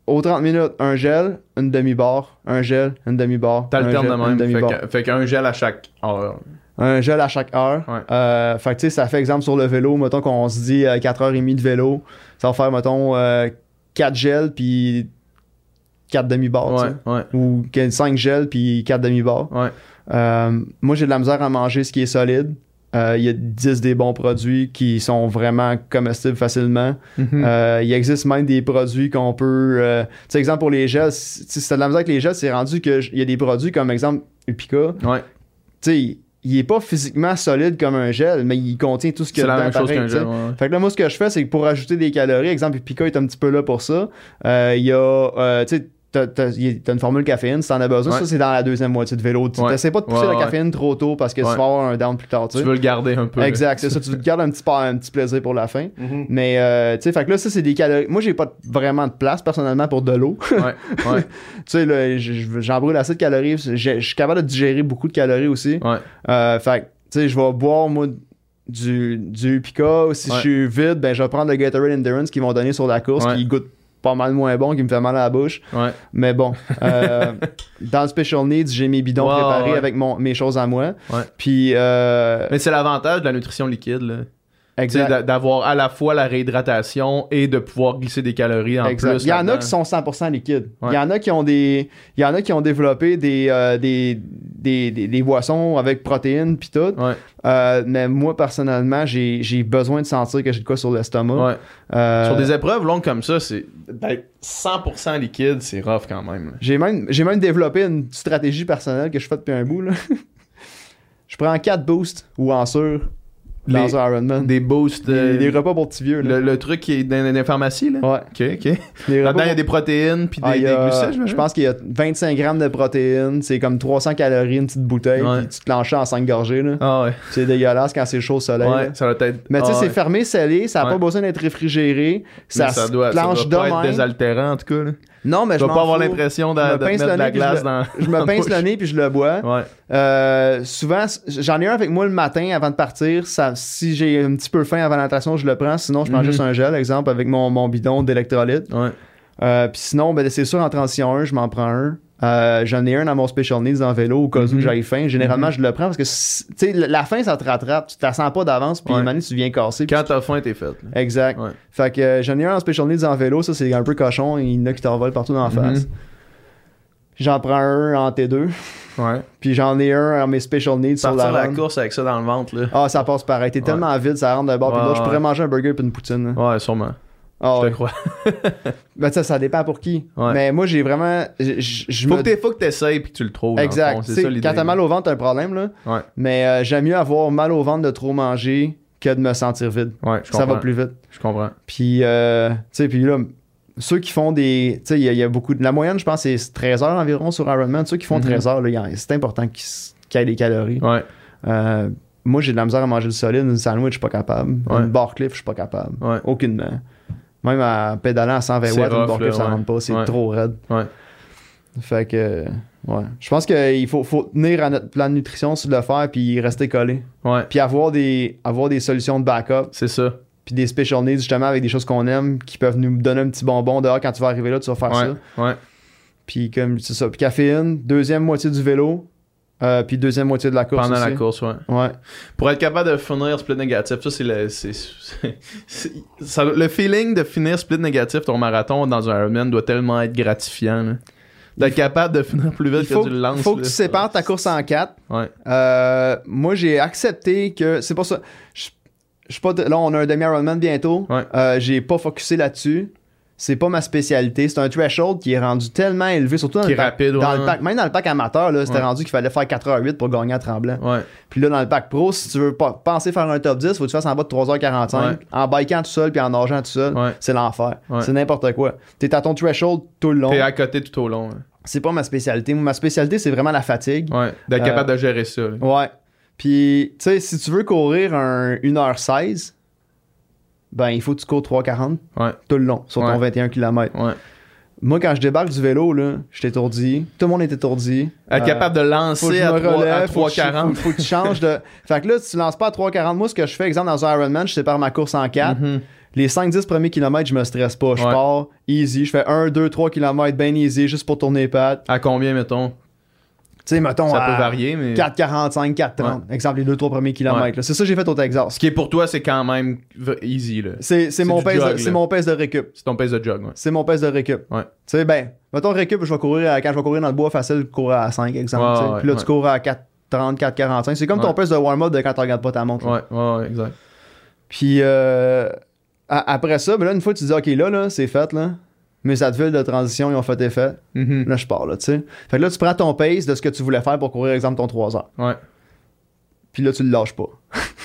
B: aux 30 minutes, un gel, une demi-barre, un gel, une demi-barre. un
A: T'alternes
B: gel,
A: de
B: Une
A: même.
B: demi-barre.
A: Fait que- Fait qu'un gel à chaque heure.
B: Un gel à chaque heure.
A: Ouais.
B: Euh, fait que, tu sais, ça fait exemple sur le vélo, mettons qu'on se dit euh, 4h30 de vélo, ça va faire, mettons, 4 gels, puis 4 demi-barres, tu
A: Ouais,
B: sais.
A: ouais,
B: Ou 5 gels, puis 4 demi-barres.
A: ouais.
B: Euh, moi, j'ai de la misère à manger ce qui est solide. Euh, Il y a 10 des bons produits qui sont vraiment comestibles facilement.
A: Mhm.
B: Euh, il existe même des produits qu'on peut. euh, tu sais, exemple pour les gels, si si t'as de la misère avec les gels, c'est rendu qu'il y a des produits comme exemple Upica. Tu
A: Ouais.
B: sais, il- il est pas physiquement solide comme un gel, mais il contient tout ce qu'il y
A: C'est la
B: a dedans
A: même chose
B: pareil,
A: qu'un
B: tu sais.
A: gel. ouais, ouais.
B: Fait que là, moi, ce que je fais, c'est que pour ajouter des calories, exemple, Upica est un petit peu là pour ça. euh, Il y a. euh, tu sais, t'as- t'as il- t'as une formule caféine, si t'en as besoin,
A: Ouais.
B: ça, c'est dans la deuxième moitié de vélo. Tu
A: Ouais.
B: T'essaies pas de pousser
A: Ouais,
B: la
A: ouais.
B: caféine trop tôt parce que
A: Ouais.
B: tu vas avoir un down plus tard, tu
A: Tu
B: sais.
A: veux le garder un peu. là.
B: Exact, c'est ça. Tu te gardes un petit, pa- un petit plaisir pour la fin.
A: Mhm.
B: Mais euh, tu sais, fait que là, ça, c'est des calories. Moi, j'ai pas de- vraiment de place personnellement pour de l'eau. tu
A: Ouais, ouais,
B: sais, là, je- je- j'en brûle assez de calories. Je je suis capable de digérer beaucoup de calories aussi.
A: ouais.
B: Euh, fait que, tu sais, je vais boire, moi, du, du Pica. Si
A: Ouais.
B: je suis vide, ben, je vais prendre le Gatorade Endurance qu'ils vont donner sur la course,
A: Ouais.
B: qui goûte pas mal moins bon, qui me fait mal à la bouche.
A: ouais.
B: Mais bon, euh, dans le Special Needs, j'ai mes bidons
A: Ouais,
B: préparés
A: ouais.
B: avec mon, mes choses à moi.
A: Ouais.
B: Puis, euh,
A: Mais c'est l'avantage de la nutrition liquide, là. Tu sais,
B: Exact.
A: d'a- D'avoir à la fois la réhydratation et de pouvoir glisser des calories en
B: Exact.
A: plus.
B: Il y en a
A: là-dedans.
B: qui sont 100% liquides.
A: Ouais.
B: Il y en a qui ont des, il y en a qui ont développé des, euh, des, des, des- des boissons avec protéines puis tout.
A: Ouais,
B: Euh, mais moi personnellement, j'ai j'ai besoin de sentir que j'ai de quoi sur l'estomac.
A: ouais.
B: Euh,
A: Sur des épreuves longues comme ça, c'est d'être 100% liquide, c'est rough quand même. là.
B: J'ai même, j'ai même développé une stratégie personnelle que je fais depuis un bout. là. je prends 4 boosts ou en sur dans
A: Les-
B: un Ironman.
A: Des boosts. euh,
B: Des, des repas pour petits vieux. Là.
A: le, le truc qui est dans dans les pharmacies, là.
B: Ouais.
A: Ok, ok.
B: Des repas
A: Là-dedans, il hein? y a
B: pour-
A: des protéines puis des,
B: Ah, il y a-
A: des glucides, j'imagine.
B: je pense qu'il y a 25 grammes de protéines, c'est comme 300 calories, une petite bouteille,
A: Ouais.
B: puis tu te lances ça en 5 gorgées. Là.
A: Ah ouais.
B: C'est dégueulasse quand c'est chaud au soleil. là.
A: ouais ça doit être.
B: Mais tu sais,
A: ah,
B: c'est
A: ouais.
B: fermé, scellé, ça n'a
A: Ouais.
B: pas besoin d'être réfrigéré. Ça,
A: Mais ça
B: se
A: doit, ça
B: planche
A: doit
B: de
A: pas
B: même.
A: être désaltérant en tout cas. Là.
B: Non, mais
A: Je
B: je
A: vais
B: m'en
A: pas avoir
B: fous.
A: l'impression de,
B: Je me
A: de te
B: pince
A: mettre
B: le
A: de la
B: nez, puis
A: glace
B: je
A: dans.
B: Je me
A: dans la
B: pince le
A: bouche.
B: nez puis je le bois.
A: Ouais.
B: Euh, souvent, c- j'en ai un avec moi le matin avant de partir. Ça, si j'ai un petit peu faim avant la natation, je le prends. Sinon, je prends
A: Mhm.
B: juste un gel, exemple, avec mon, mon bidon d'électrolyte.
A: Ouais.
B: Euh, puis sinon, ben, c'est sûr, en transition 1, je m'en prends un. Euh, j'en ai un dans mon special needs en vélo au cas
A: Mhm.
B: où j'aille faim. Généralement, je le prends parce que si- tu sais, la la faim, ça te rattrape. Tu ne sens pas d'avance, puis
A: Ouais.
B: une manie, tu viens casser. puis
A: Quand t'as faim, t'es faite. là.
B: Exact.
A: Ouais.
B: Fait que euh, j'en ai un en special needs en vélo, ça c'est un peu cochon, il y en a qui t'envolent partout dans la face.
A: Mhm.
B: J'en prends un en T2,
A: Ouais.
B: puis j'en ai un en mes special needs sur la,
A: Partir la
B: run.
A: course avec ça dans le ventre, là.
B: Ah, ça passe pareil, t'es
A: Ouais.
B: tellement vide, ça rentre de bord, puis
A: Ouais,
B: l'autre, je
A: ouais.
B: pourrais manger un burger puis une poutine. là.
A: Ouais, sûrement.
B: Ah,
A: Je
B: ouais.
A: te crois.
B: Ben, ça, ça dépend pour qui.
A: Ouais.
B: Mais moi j'ai vraiment. j- j- Je
A: Faut
B: me-
A: que t'es- faut que t'essayes puis que tu le trouves. dans le
B: Exact.
A: fond, C'est
B: T'sais,
A: ça l'idée.
B: quand t'as mal au ventre, t'as un problème, là.
A: Ouais.
B: Mais euh, j'aime mieux avoir mal au ventre de trop manger que de me sentir vide.
A: Ouais, je comprends.
B: Ça va plus vite.
A: Je comprends.
B: Puis, euh, tu sais, puis là, ceux qui font des. Tu sais, il y, a- il y a beaucoup. de- La moyenne, je pense, c'est 13 heures environ sur Ironman. Ceux qui font
A: Mhm.
B: 13 heures, là, il y en- c'est important qu'ils s- qu'il y ait des calories.
A: Ouais,
B: Euh, moi, j'ai de la misère à manger du solide. Une sandwich, je suis pas capable.
A: Ouais.
B: Une barcliffe, je suis pas capable.
A: ouais.
B: Aucunement. euh, Même en pédalant à 120
A: C'est
B: watts,
A: rough,
B: une barcliffe,
A: là,
B: ça
A: ouais.
B: rentre pas. C'est
A: Ouais.
B: trop raide.
A: Ouais.
B: Fait que. Ouais. Je pense qu'il faut, faut tenir à notre plan de nutrition, c'est de le faire, puis rester collé.
A: Ouais,
B: Puis avoir des, avoir des solutions de backup
A: c'est ça.
B: puis des special needs justement avec des choses qu'on aime qui peuvent nous donner un petit bonbon dehors quand tu vas arriver là tu vas faire
A: Ouais,
B: ça
A: ouais.
B: puis comme c'est ça puis caféine deuxième moitié du vélo euh, puis deuxième moitié de la course
A: Pendant la
B: aussi.
A: course, ouais.
B: ouais
A: Pour être capable de finir split négatif, ça, c'est le. c'est- c'est- c'est- ça- le feeling de finir split négatif ton marathon dans un Ironman doit tellement être gratifiant. là. D'être capable de finir plus
B: il
A: vite
B: faut,
A: que tu le lances.
B: faut que
A: là,
B: tu
A: ça-
B: sépares ta course en quatre
A: Ouais,
B: Euh, moi j'ai accepté que c'est pour ça je, je suis pas de- là on a un demi Ironman bientôt
A: Ouais.
B: Euh, j'ai pas focusé là-dessus c'est pas ma spécialité c'est un threshold qui est rendu tellement élevé surtout dans,
A: qui est
B: le, pack,
A: rapide.
B: dans
A: ouais,
B: le pack même dans le pack amateur là, c'était
A: Ouais.
B: rendu qu'il fallait faire 4h08 pour gagner à Tremblant
A: Ouais,
B: Puis là, dans le pack pro, si tu veux pas penser faire un top 10, faut que tu fasses en bas de 3h45,
A: Ouais.
B: en bikant tout seul puis en nageant tout seul.
A: ouais.
B: C'est l'enfer.
A: Ouais.
B: C'est n'importe quoi. T'es à ton threshold tout le long.
A: T'es à côté tout au long. hein.
B: C'est pas ma spécialité. Moi, Ma spécialité, c'est vraiment la fatigue.
A: Ouais. D'être
B: Euh,
A: capable de gérer ça. là.
B: Ouais. Puis, tu sais, si tu veux courir un 1h16, ben, il faut que tu cours 3h40
A: Ouais.
B: tout le long sur
A: Ouais.
B: ton 21 km.
A: Ouais.
B: Moi, quand je débarque du vélo, là, je suis étourdi. Tout le monde est étourdi.
A: Être
B: Euh,
A: capable de
B: faut que
A: lancer
B: je
A: à
B: me
A: trois- à
B: relève, faut que je-
A: 3,40.
B: Faut, faut que tu changes de. Fait que là, si tu lances pas à 3,40, moi, ce que je fais, exemple, dans un Ironman, je sépare ma course en 4.
A: Mhm.
B: Les 5-10 premiers kilomètres, je me stresse pas. Je
A: Ouais.
B: pars easy. Je fais 1, 2, 3 kilomètres, ben easy, juste pour tourner les pattes.
A: À combien, mettons
B: Tu sais, mettons.
A: Ça peut
B: à
A: varier, mais.
B: 4,45, 4,30. Exemple, les 2-3 premiers kilomètres. là. C'est ça que j'ai fait au Texas.
A: Ce qui est pour toi, c'est quand même v- easy. là.
B: C'est c'est
A: C'est
B: mon,
A: du
B: pèse
A: jog,
B: de-
A: là.
B: c'est mon pèse de récup.
A: C'est ton pace de jog. Ouais.
B: C'est mon pèse de récup.
A: Ouais.
B: Tu sais, ben, mettons récup, je vais courir à- quand je vais courir dans le bois facile, je vais courir à 5, exemple.
A: Ouais,
B: tu sais.
A: ouais,
B: Puis là,
A: ouais.
B: tu cours à 4,30, 4,45. C'est comme ton
A: Ouais.
B: pèse de warm-up de quand tu regardes pas ta montre. là.
A: Ouais, ouais, ouais, exact.
B: Puis euh, a- après ça, ben là, une fois que tu dis OK, là, là c'est fait, là. Mes adultes de transition, ils ont fait effet.
A: Mhm.
B: Là, je pars, là, tu sais. Fait que là, tu prends ton pace de ce que tu voulais faire pour courir, exemple, ton 3 heures.
A: Ouais,
B: Puis là, tu le lâches pas.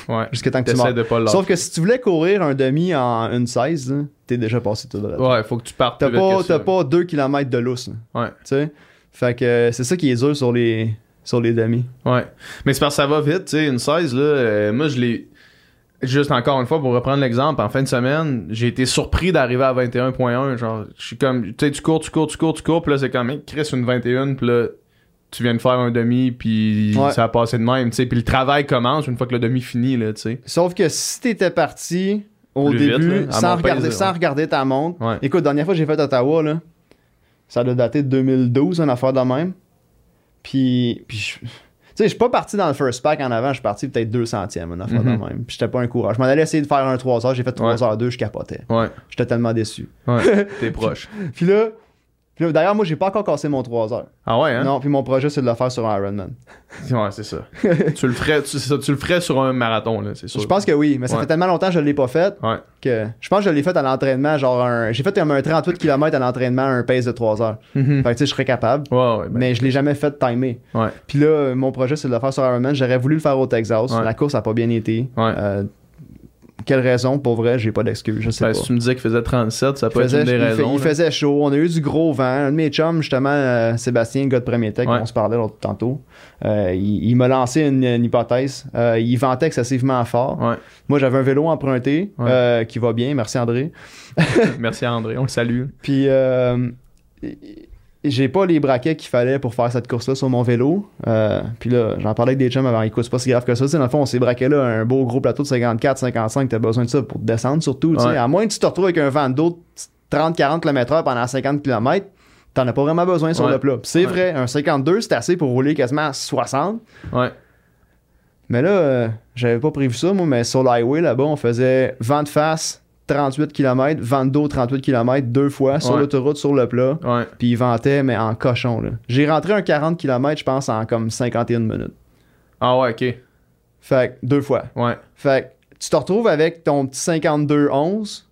A: ouais.
B: Jusqu'à temps que tu
A: T'essaies
B: meurs.
A: de pas le
B: Sauf que si tu voulais courir un demi en une 16, là, t'es déjà passé tout le reste.
A: Ouais, faut que tu partes.
B: T'as
A: plus vite
B: pas,
A: que ça.
B: t'as pas 2 km de lousse, là,
A: Ouais,
B: tu sais. Fait que euh, c'est ça qui est dur sur les, sur les demi.
A: ouais. Mais c'est parce que ça va vite, tu sais. Une 16, là, euh, moi, je l'ai. Juste encore une fois, pour reprendre l'exemple, en fin de semaine, j'ai été surpris d'arriver à 21.1. Genre, je suis comme, tu sais, tu cours, tu cours, tu cours, tu cours, puis là, c'est comme, hey, Chris, une 21, puis là, tu viens de faire un demi, puis
B: Ouais.
A: ça a passé de même, tu sais. Puis le travail commence une fois que le demi finit, là, tu sais.
B: Sauf que si t'étais parti au
A: Plus vite,
B: début,
A: là, à
B: sans,
A: mon pace,
B: regarder,
A: ouais.
B: sans regarder ta montre,
A: Ouais.
B: écoute, dernière fois que j'ai fait Ottawa, là, ça doit dater de 2012, une affaire de même. Puis, puis je- tu sais, je suis pas parti dans le first pack en avant, je suis parti peut-être 200e, une affaire de
A: Mhm.
B: même. Puis j'étais pas un courage. Je m'en allais essayer de faire un 3 heures, j'ai fait 3 heures 2, je capotais.
A: Ouais,
B: J'étais tellement déçu.
A: ouais. T'es proche.
B: Puis là, puis là, d'ailleurs, moi, j'ai pas encore cassé mon 3 heures.
A: Ah ouais, hein?
B: Non, puis mon projet, c'est de le faire sur un Ironman.
A: Ouais, c'est ça. tu, le ferais, tu, c'est ça, tu le ferais sur un marathon, là, c'est sûr.
B: Je pense que oui, mais ça
A: Ouais.
B: fait tellement longtemps que je l'ai pas fait
A: Ouais.
B: que je pense que je l'ai fait à l'entraînement, genre un... j'ai fait comme un 38 km à l'entraînement, un pace de 3 heures.
A: Mhm.
B: Fait que tu sais, je serais capable,
A: Ouais, ouais. ben,
B: mais je l'ai jamais fait timer.
A: ouais.
B: Puis là, euh, mon projet, c'est de le faire sur Ironman. J'aurais voulu le faire au Texas.
A: Ouais.
B: La course a pas bien été.
A: Ouais.
B: Euh, quelle raison Pour vrai, j'ai pas d'excuse. Je sais
A: Ben,
B: pas.
A: si tu me disais qu'il faisait 37, ça
B: Il
A: peut être
B: faisait,
A: une des
B: il fait-
A: raisons.
B: il
A: là.
B: faisait chaud, on a eu du gros vent. Un de mes chums, justement, euh, Sébastien, le gars de Premier Tech,
A: Ouais.
B: on se parlait l'autre tantôt, euh, il, il m'a lancé une, une hypothèse. Euh, il ventait excessivement fort.
A: Ouais.
B: Moi, j'avais un vélo emprunté
A: Ouais.
B: euh, qui va bien, merci André.
A: Merci à André, on le salue.
B: Puis, euh, j'ai pas les braquets qu'il fallait pour faire cette course-là sur mon vélo. Euh, puis là, j'en parlais avec des chums avant, écoute, c'est pas si grave que ça. Tu sais, dans le fond, ces braquets-là, un beau gros plateau de 54, 55, t'as besoin de ça pour te descendre surtout. tu sais.
A: Ouais.
B: À moins que tu te retrouves avec un vent d'eau de 30-40 km/h pendant 50 km, t'en as pas vraiment besoin sur
A: Ouais.
B: le plat. Puis c'est
A: Ouais.
B: vrai, un 52, c'est assez pour rouler quasiment à 60.
A: Ouais.
B: Mais là, euh, j'avais pas prévu ça, moi, mais sur l'highway, là-bas, on faisait vent de face, 38 km, vent de dos, 38 km, deux fois, sur
A: Ouais.
B: l'autoroute, sur le plat.
A: Ouais.
B: Puis il ventait, mais en cochon, là. J'ai rentré un 40 km, je pense, en comme 51 minutes.
A: Ah ouais, ok.
B: Fait que deux fois.
A: Ouais.
B: Fait que tu te retrouves avec ton petit 52-11,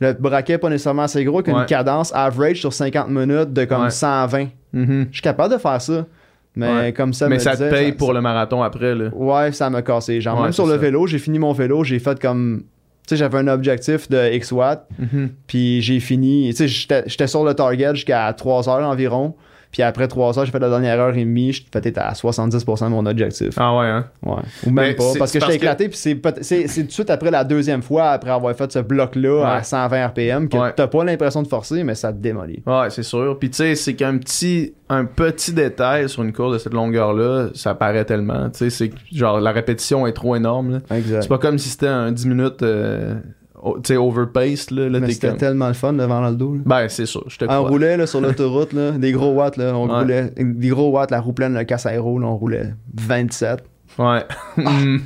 B: le braquet pas nécessairement assez gros, qu'une
A: Ouais.
B: cadence average sur 50 minutes de comme
A: Ouais.
B: 120. Je suis capable de faire ça, mais
A: Ouais.
B: comme Mhm. ça
A: Mais
B: me
A: ça te
B: disait,
A: paye pour le marathon après, là.
B: Ouais, ça m'a cassé les jambes.
A: Ouais,
B: Même sur
A: c'est
B: le
A: ça.
B: vélo, j'ai fini mon vélo, j'ai fait comme... Tu sais, j'avais un objectif de X watts,
A: Mhm.
B: Puis j'ai fini, tu sais, j'étais- j'étais sur le target jusqu'à 3 heures environ. Puis après 3 heures, j'ai fait la dernière heure et demie, je peut-être à 70% de mon objectif.
A: Ah ouais, hein.
B: Ouais. Ou même
A: Mais
B: pas,
A: c'est-
B: parce que
A: c'est
B: j'étais
A: parce
B: éclaté. Puis c'est peut- c'est c'est tout de suite après la deuxième fois, après avoir fait ce bloc-là à
A: Ouais.
B: 120 RPM, que
A: Ouais.
B: t'as pas l'impression de forcer, mais ça te démolit.
A: Ouais, c'est sûr. Puis tu sais, c'est qu'un petit, un petit détail sur une course de cette longueur-là, ça paraît tellement. Tu sais, c'est que, genre la répétition est trop énorme. là.
B: Exact.
A: C'est pas comme si c'était un 10 minutes, euh, o- tu sais, overpaced, là. là,
B: Mais
A: t'es
B: c'était
A: comme-
B: tellement le fun devant le dos. là.
A: Ben, c'est sûr, je te
B: On
A: crois.
B: roulait là, sur l'autoroute, là, des gros watts, là, on
A: Ouais.
B: roulait, des gros watts, la roue pleine, le Casseiro, là, on roulait 27.
A: Ouais. Mm.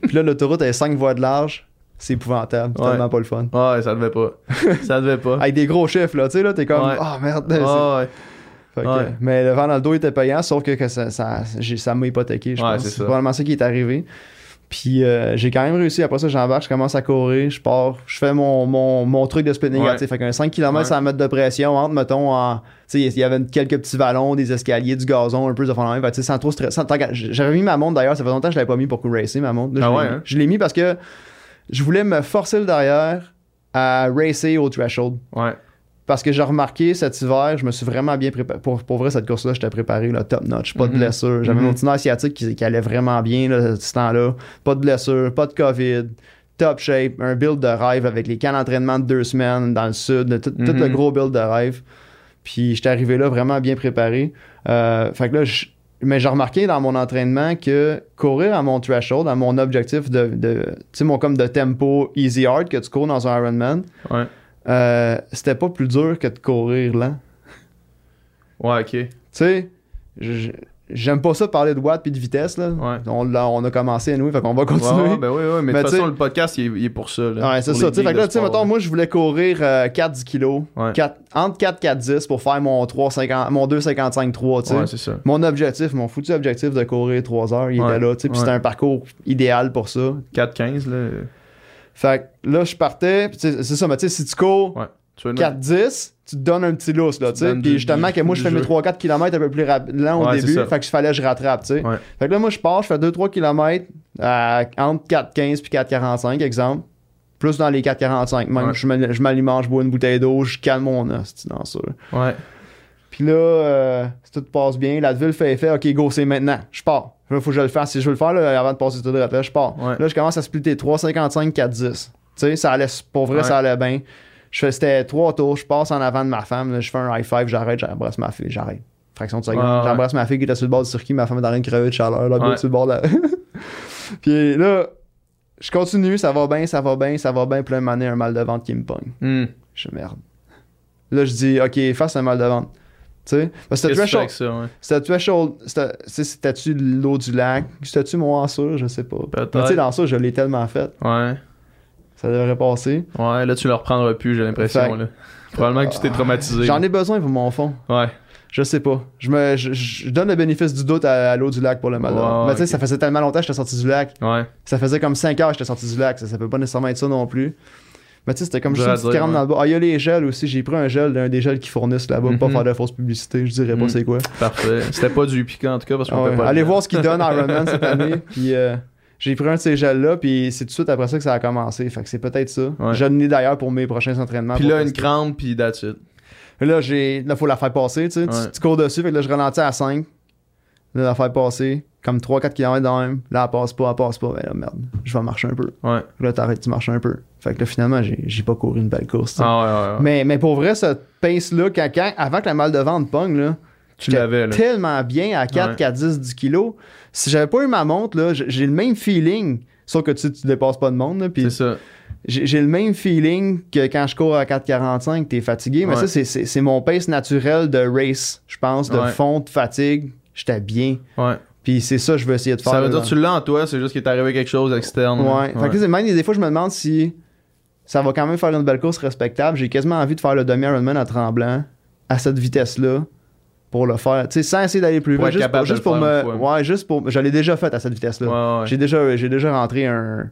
B: Puis là, l'autoroute, elle est 5 voies de large, c'est épouvantable, c'est
A: Ouais.
B: tellement pas le fun.
A: ouais, ça devait pas. Ça devait pas.
B: avec des gros chiffres là tu sais là t'es comme
A: Ah. Ouais.
B: ah merde
A: Ouais,
B: c'est-
A: ouais.
B: Fait que,
A: ouais.
B: mais le vent dans le dos était payant sauf que, que ça ça j'ai- ça m'a hypothéqué je
A: Ouais,
B: pense
A: c'est
B: c'est
A: ça.
B: probablement ça qui est arrivé puis euh, j'ai quand même réussi après ça j'embarque je commence à courir je pars je fais mon, mon, mon truc de split négatif fait qu'un 5
A: Ouais.
B: km ça mettre de pression entre mettons en tu sais il y avait quelques petits vallons des escaliers du gazon un peu de fond en fait que, tu sais sans trop stress sans- tant qu'à- j'avais mis ma montre d'ailleurs ça fait longtemps que je l'avais pas mis pour coup racer ma montre Là,
A: Ah
B: je l'ai
A: ouais,
B: mis.
A: hein?
B: je l'ai mis parce que je voulais me forcer le derrière à racer au threshold
A: Ouais.
B: parce que j'ai remarqué cet hiver, je me suis vraiment bien préparé. Pour, pour vrai, cette course-là, j'étais préparé là, top notch. Pas de
A: Mhm.
B: blessure. J'avais
A: Mhm.
B: mon tendon asiatique qui, qui allait vraiment bien là, ce temps-là. Pas de blessure, pas de COVID. Top shape, un build de rêve avec les camps d'entraînement de deux semaines dans le sud, le- tout, tout le
A: Mhm.
B: gros build de rêve. Puis j'étais arrivé là vraiment bien préparé. Euh, fait que là, je- mais j'ai remarqué dans mon entraînement que courir à mon threshold, à mon objectif de, de tu sais, mon comme de tempo easy hard que tu cours dans un Ironman,
A: Ouais.
B: euh, c'était pas plus dur que de courir lent.
A: Ouais, ok.
B: Tu sais, je- je- j'aime pas ça parler de watts puis de vitesse. Là.
A: Ouais.
B: On, l'a- on a commencé à nous, fait qu'on va
A: Ouais,
B: continuer.
A: ouais, ben oui, oui, mais de
B: Mais
A: toute
B: tu sais-
A: façon, le podcast, il est, il est pour ça. Là,
B: Ouais, c'est
A: Pour
B: ça.
A: les
B: Tu sais, fait
A: geeks
B: que
A: de
B: là, tu sais,
A: sport,
B: mettons, moi, je voulais courir euh, 4-10 kilos,
A: Ouais.
B: 4 entre 4 4 10 pour faire mon 3,50 mon 2,55-3, tu sais.
A: Ouais, c'est ça.
B: mon objectif, mon foutu objectif de courir 3 heures, il
A: Ouais.
B: était là, tu sais, puis
A: Ouais.
B: c'était un parcours idéal pour ça.
A: 4-15, là.
B: Fait que là, je partais, puis tu sais, c'est ça, mais tu sais, si tu cours
A: Ouais. Tu veux
B: 4-10, tu te donnes un petit lousse, là, tu sais.
A: donnes du-
B: Puis justement,
A: du-
B: que moi, je
A: du
B: fais mes
A: jeu.
B: 3-4 km un peu plus rap- lent au
A: Ouais, c'est
B: début.
A: ça.
B: Fait que je fallait que je rattrape, tu sais.
A: Ouais.
B: Fait que là, moi, je pars, je fais 2-3 km à, euh, entre 4-15 puis 4-45, exemple. Plus dans les 4-45, même.
A: Ouais.
B: Je me- je m'alimente, je bois une bouteille d'eau, je calme mon hostie dans ça.
A: Ouais.
B: Puis là, euh, si tout passe bien, la ville fait effet, ok, go, c'est maintenant, je pars. Là, faut que je le fasse. Si je veux le faire là, avant de passer tout de rappel, je pars.
A: Ouais.
B: Là, je commence à splitter 3,55, 4,10. Tu sais, ça allait, pour vrai,
A: Ouais.
B: ça allait bien. Je fais, c'était trois tours, je passe en avant de ma femme, là, je fais un high five, j'arrête, j'embrasse ma fille, j'arrête. Fraction de seconde,
A: Ouais, ouais.
B: j'embrasse ma fille qui était sur le bord du circuit, ma femme est en train de crever de chaleur, là,
A: Ouais.
B: sur le bord de la- Puis là, je continue, ça va bien, ça va bien, ça va bien, puis là, un moment donné, un mal de ventre qui me pogne.
A: Hmm.
B: Je dis, merde. Là, je dis, OK, face à un mal de ventre. Tu sais? Parce que
A: Qu'est-ce que tu fais
B: threshold,
A: avec ça, ouais?
B: C'était threshold, c'était- tu sais, c'était-tu l'eau du lac? C'était-tu mon sûr, je sais pas.
A: Peut-être.
B: Mais tu sais, dans ça, je l'ai tellement fait.
A: Ouais.
B: Ça devrait passer.
A: Ouais, là, tu le reprendras plus, j'ai l'impression.
B: Fait- Ah,
A: là. Probablement que tu t'es traumatisé.
B: J'en ai besoin pour mon fond.
A: Ouais.
B: Je sais pas. Je me je, je donne le bénéfice du doute à, à l'eau du lac pour le mal.
A: Ouais,
B: Mais tu sais,
A: ok.
B: ça faisait tellement longtemps que j'étais sorti du lac.
A: Ouais.
B: Ça faisait comme 5 heures que j'étais sorti du lac. Ça, ça peut pas nécessairement être ça non plus. Mais tu sais, c'était comme
A: Dur
B: juste une
A: à
B: petite
A: dire,
B: carambe
A: ouais.
B: dans le bas. Ah, il y a les gels aussi. J'ai pris un gel d'un des gels qui fournissent là-bas pour
A: Mhm.
B: pas faire de fausse publicité. Je dirais pas
A: Mhm.
B: c'est quoi.
A: Parfait. C'était pas du piquant, en tout cas, parce qu'on
B: Ah ouais.
A: peut pas. le
B: Allez
A: dire.
B: voir ce qu'ils donnent à Iron Man cette année. Puis euh, j'ai pris un de ces gels-là. Puis c'est tout de suite après ça que ça a commencé. Fait que c'est peut-être ça.
A: Ouais.
B: J'en ai d'ailleurs pour mes prochains entraînements.
A: Puis
B: pour
A: là, une
B: tester.
A: crampe, puis that's it.
B: Là, j'ai. Là, faut la faire passer, tu sais. Tu-
A: Ouais.
B: Tu, cours dessus, fait que là, je ralentis à 5. Là, la faire passer. Comme 3-4 km dans même. Là, elle passe pas, elle passe pas. Ben là, merde. Je vais marcher un peu.
A: Ouais.
B: Là, t'arrêtes, tu marches un peu. Fait que là, finalement, j'ai, j'ai pas couru une belle course, tu sais.
A: Ah ouais, ouais, ouais.
B: Mais, mais pour vrai, cette pince-là, quand, quand- avant que la mal de ventre pogne, là,
A: tu l'avais, là.
B: tellement bien à 4,
A: Ouais.
B: 4, 10, 10 kilos. Si j'avais pas eu ma montre, là, j'ai, j'ai le même feeling. Sauf que tu, sais, tu dépasses pas de monde, là, puis
A: C'est ça.
B: j'ai j'ai le même feeling que quand je cours à 4,45, t'es fatigué, mais
A: Ouais.
B: ça, c'est- c'est c'est mon pace naturel de race, je pense, de
A: Ouais.
B: fond, de fatigue. J'étais bien.
A: Ouais.
B: Puis c'est ça que je veux essayer de faire.
A: Ça veut
B: là.
A: dire que tu l'as en toi, c'est juste qu'il est arrivé quelque chose d'externe.
B: Ouais.
A: là.
B: Fait que là, même des fois, je me demande si ça va quand même faire une belle course respectable. J'ai quasiment envie de faire le demi-Ironman à tremblant à cette vitesse-là pour le faire. Tu sais, sans essayer d'aller plus
A: Pour
B: vite.
A: être
B: Juste
A: capable
B: pour,
A: de
B: juste
A: le
B: pour
A: faire
B: me.
A: une fois.
B: Ouais, juste pour. Je l'ai déjà fait à cette vitesse-là.
A: Ouais, ouais.
B: J'ai déjà, j'ai déjà rentré un.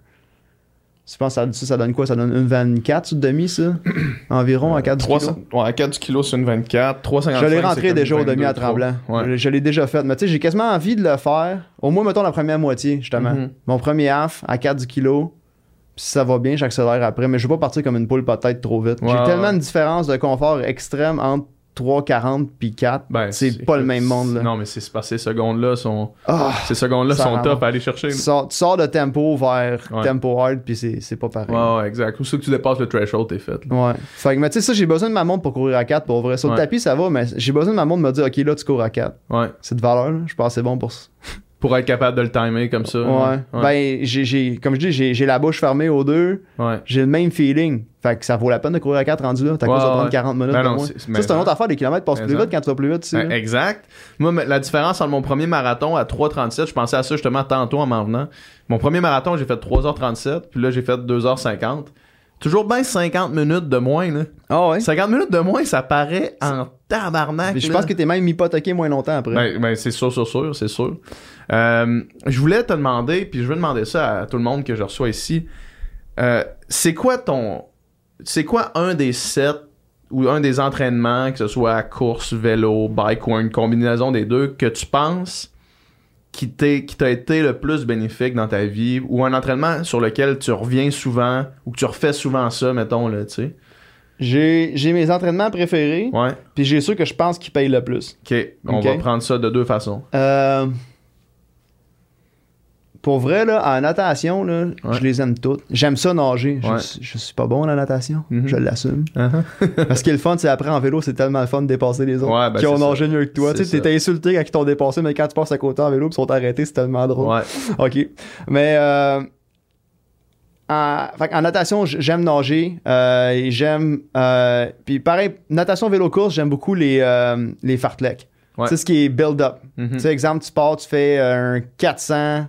B: Je pense que ça, ça donne quoi Ça donne une 24 sur le demi, ça Environ à 4
A: 300
B: kilos.
A: Ouais, à 4 du kilo, c'est une 24. 350.
B: Je l'ai rentré déjà au demi à tremblant.
A: Ouais.
B: Je, l'ai- je l'ai déjà fait. Mais tu sais, j'ai quasiment envie de le faire. Au moins, mettons la première moitié, justement.
A: Mhm.
B: Mon premier half à 4 du kilo. Puis si ça va bien, j'accélère après. Mais je veux pas partir comme une poule peut-être trop vite.
A: Ouais,
B: j'ai
A: ouais.
B: tellement de différence de confort extrême entre 3,40 puis 4.
A: Ben,
B: c'est pas le même monde, là.
A: Non, mais c'est c'est parce que ces secondes-là sont,
B: Ah!
A: ces secondes-là
B: Ça
A: sont
B: rend-
A: top à aller chercher.
B: tu,
A: là.
B: sors, tu sors de tempo vers
A: Ouais.
B: tempo hard, puis c'est c'est pas pareil.
A: Ouais, ouais, exact. Ou que tu dépasses le threshold, t'es fait. là.
B: Ouais. Fait que, mais tu sais, ça, j'ai besoin de ma montre pour courir à 4 pour vrai. Sur le
A: Ouais.
B: tapis, ça va, mais j'ai besoin de ma montre de me dire, OK, là, tu cours à 4.
A: Ouais.
B: C'est de valeur, là. Je pense que c'est bon pour ça.
A: Pour être capable de le timer comme ça.
B: Ouais. Ben, j'ai, j'ai- comme je dis, j'ai, j'ai la bouche fermée aux deux.
A: Ouais.
B: J'ai le même feeling. Fait que ça vaut la peine de courir à 4 rendu là. T'as
A: Ouais,
B: quoi, ça va prendre
A: ouais.
B: 40 minutes
A: Ben
B: de
A: non,
B: moins.
A: c'est-
B: Ça,
A: mais
B: c'est un
A: non.
B: autre affaire. Les kilomètres passent
A: Mais
B: plus
A: non.
B: vite quand tu vas plus vite, tu sais.
A: Ben,
B: là.
A: exact. Moi, mais la différence entre mon premier marathon à 3h37, je pensais à ça justement tantôt en m'en venant. Mon premier marathon, j'ai fait 3h37, puis là, j'ai fait 2h50. Toujours bien 50 minutes de moins, là.
B: Ah ouais.
A: 50 minutes de moins, ça paraît en tabarnak.
B: Mais je
A: là.
B: pense que t'es même hypothéqué moins longtemps après.
A: eh. Ben, ben, c'est sûr, sûr, sûr, c'est sûr. Euh, je voulais te demander, puis je veux demander ça à tout le monde que je reçois ici. Euh, c'est quoi ton. C'est quoi un des sets ou un des entraînements, que ce soit à course, vélo, bike ou une combinaison des deux, que tu penses qui t'est- qui t'a été le plus bénéfique dans ta vie ou un entraînement sur lequel tu reviens souvent ou que tu refais souvent ça, mettons, là, tu sais?
B: J'ai, j'ai mes entraînements préférés,
A: Ouais.
B: puis j'ai ceux que je pense qui payent le plus.
A: Ok. On
B: Ok.
A: va prendre ça de deux façons.
B: Euh, pour vrai, là, en natation, là,
A: Ouais.
B: je les aime toutes. J'aime ça nager. Je-
A: Ouais.
B: Je, suis pas bon à la natation.
A: Mhm.
B: Je l'assume. Parce que le fun, c'est après en vélo, c'est tellement le fun de dépasser les autres.
A: Ouais, ben,
B: qui ont
A: c'est ça.
B: nagé mieux que toi.
A: C'est
B: Tu sais, t'es insulté quand ils t'ont dépassé, mais quand tu passes à côté en vélo, ils sont arrêtés, c'est tellement drôle.
A: Ouais.
B: OK. Mais euh, en, fait qu'en natation, j- j'aime nager. euh, et j'aime. euh, puis pareil, natation, vélo, course, j'aime beaucoup les, euh, les fartleks.
A: Ouais.
B: Tu sais, ce qui est build-up.
A: Mhm.
B: Tu sais, exemple, tu pars, tu fais euh, un 400.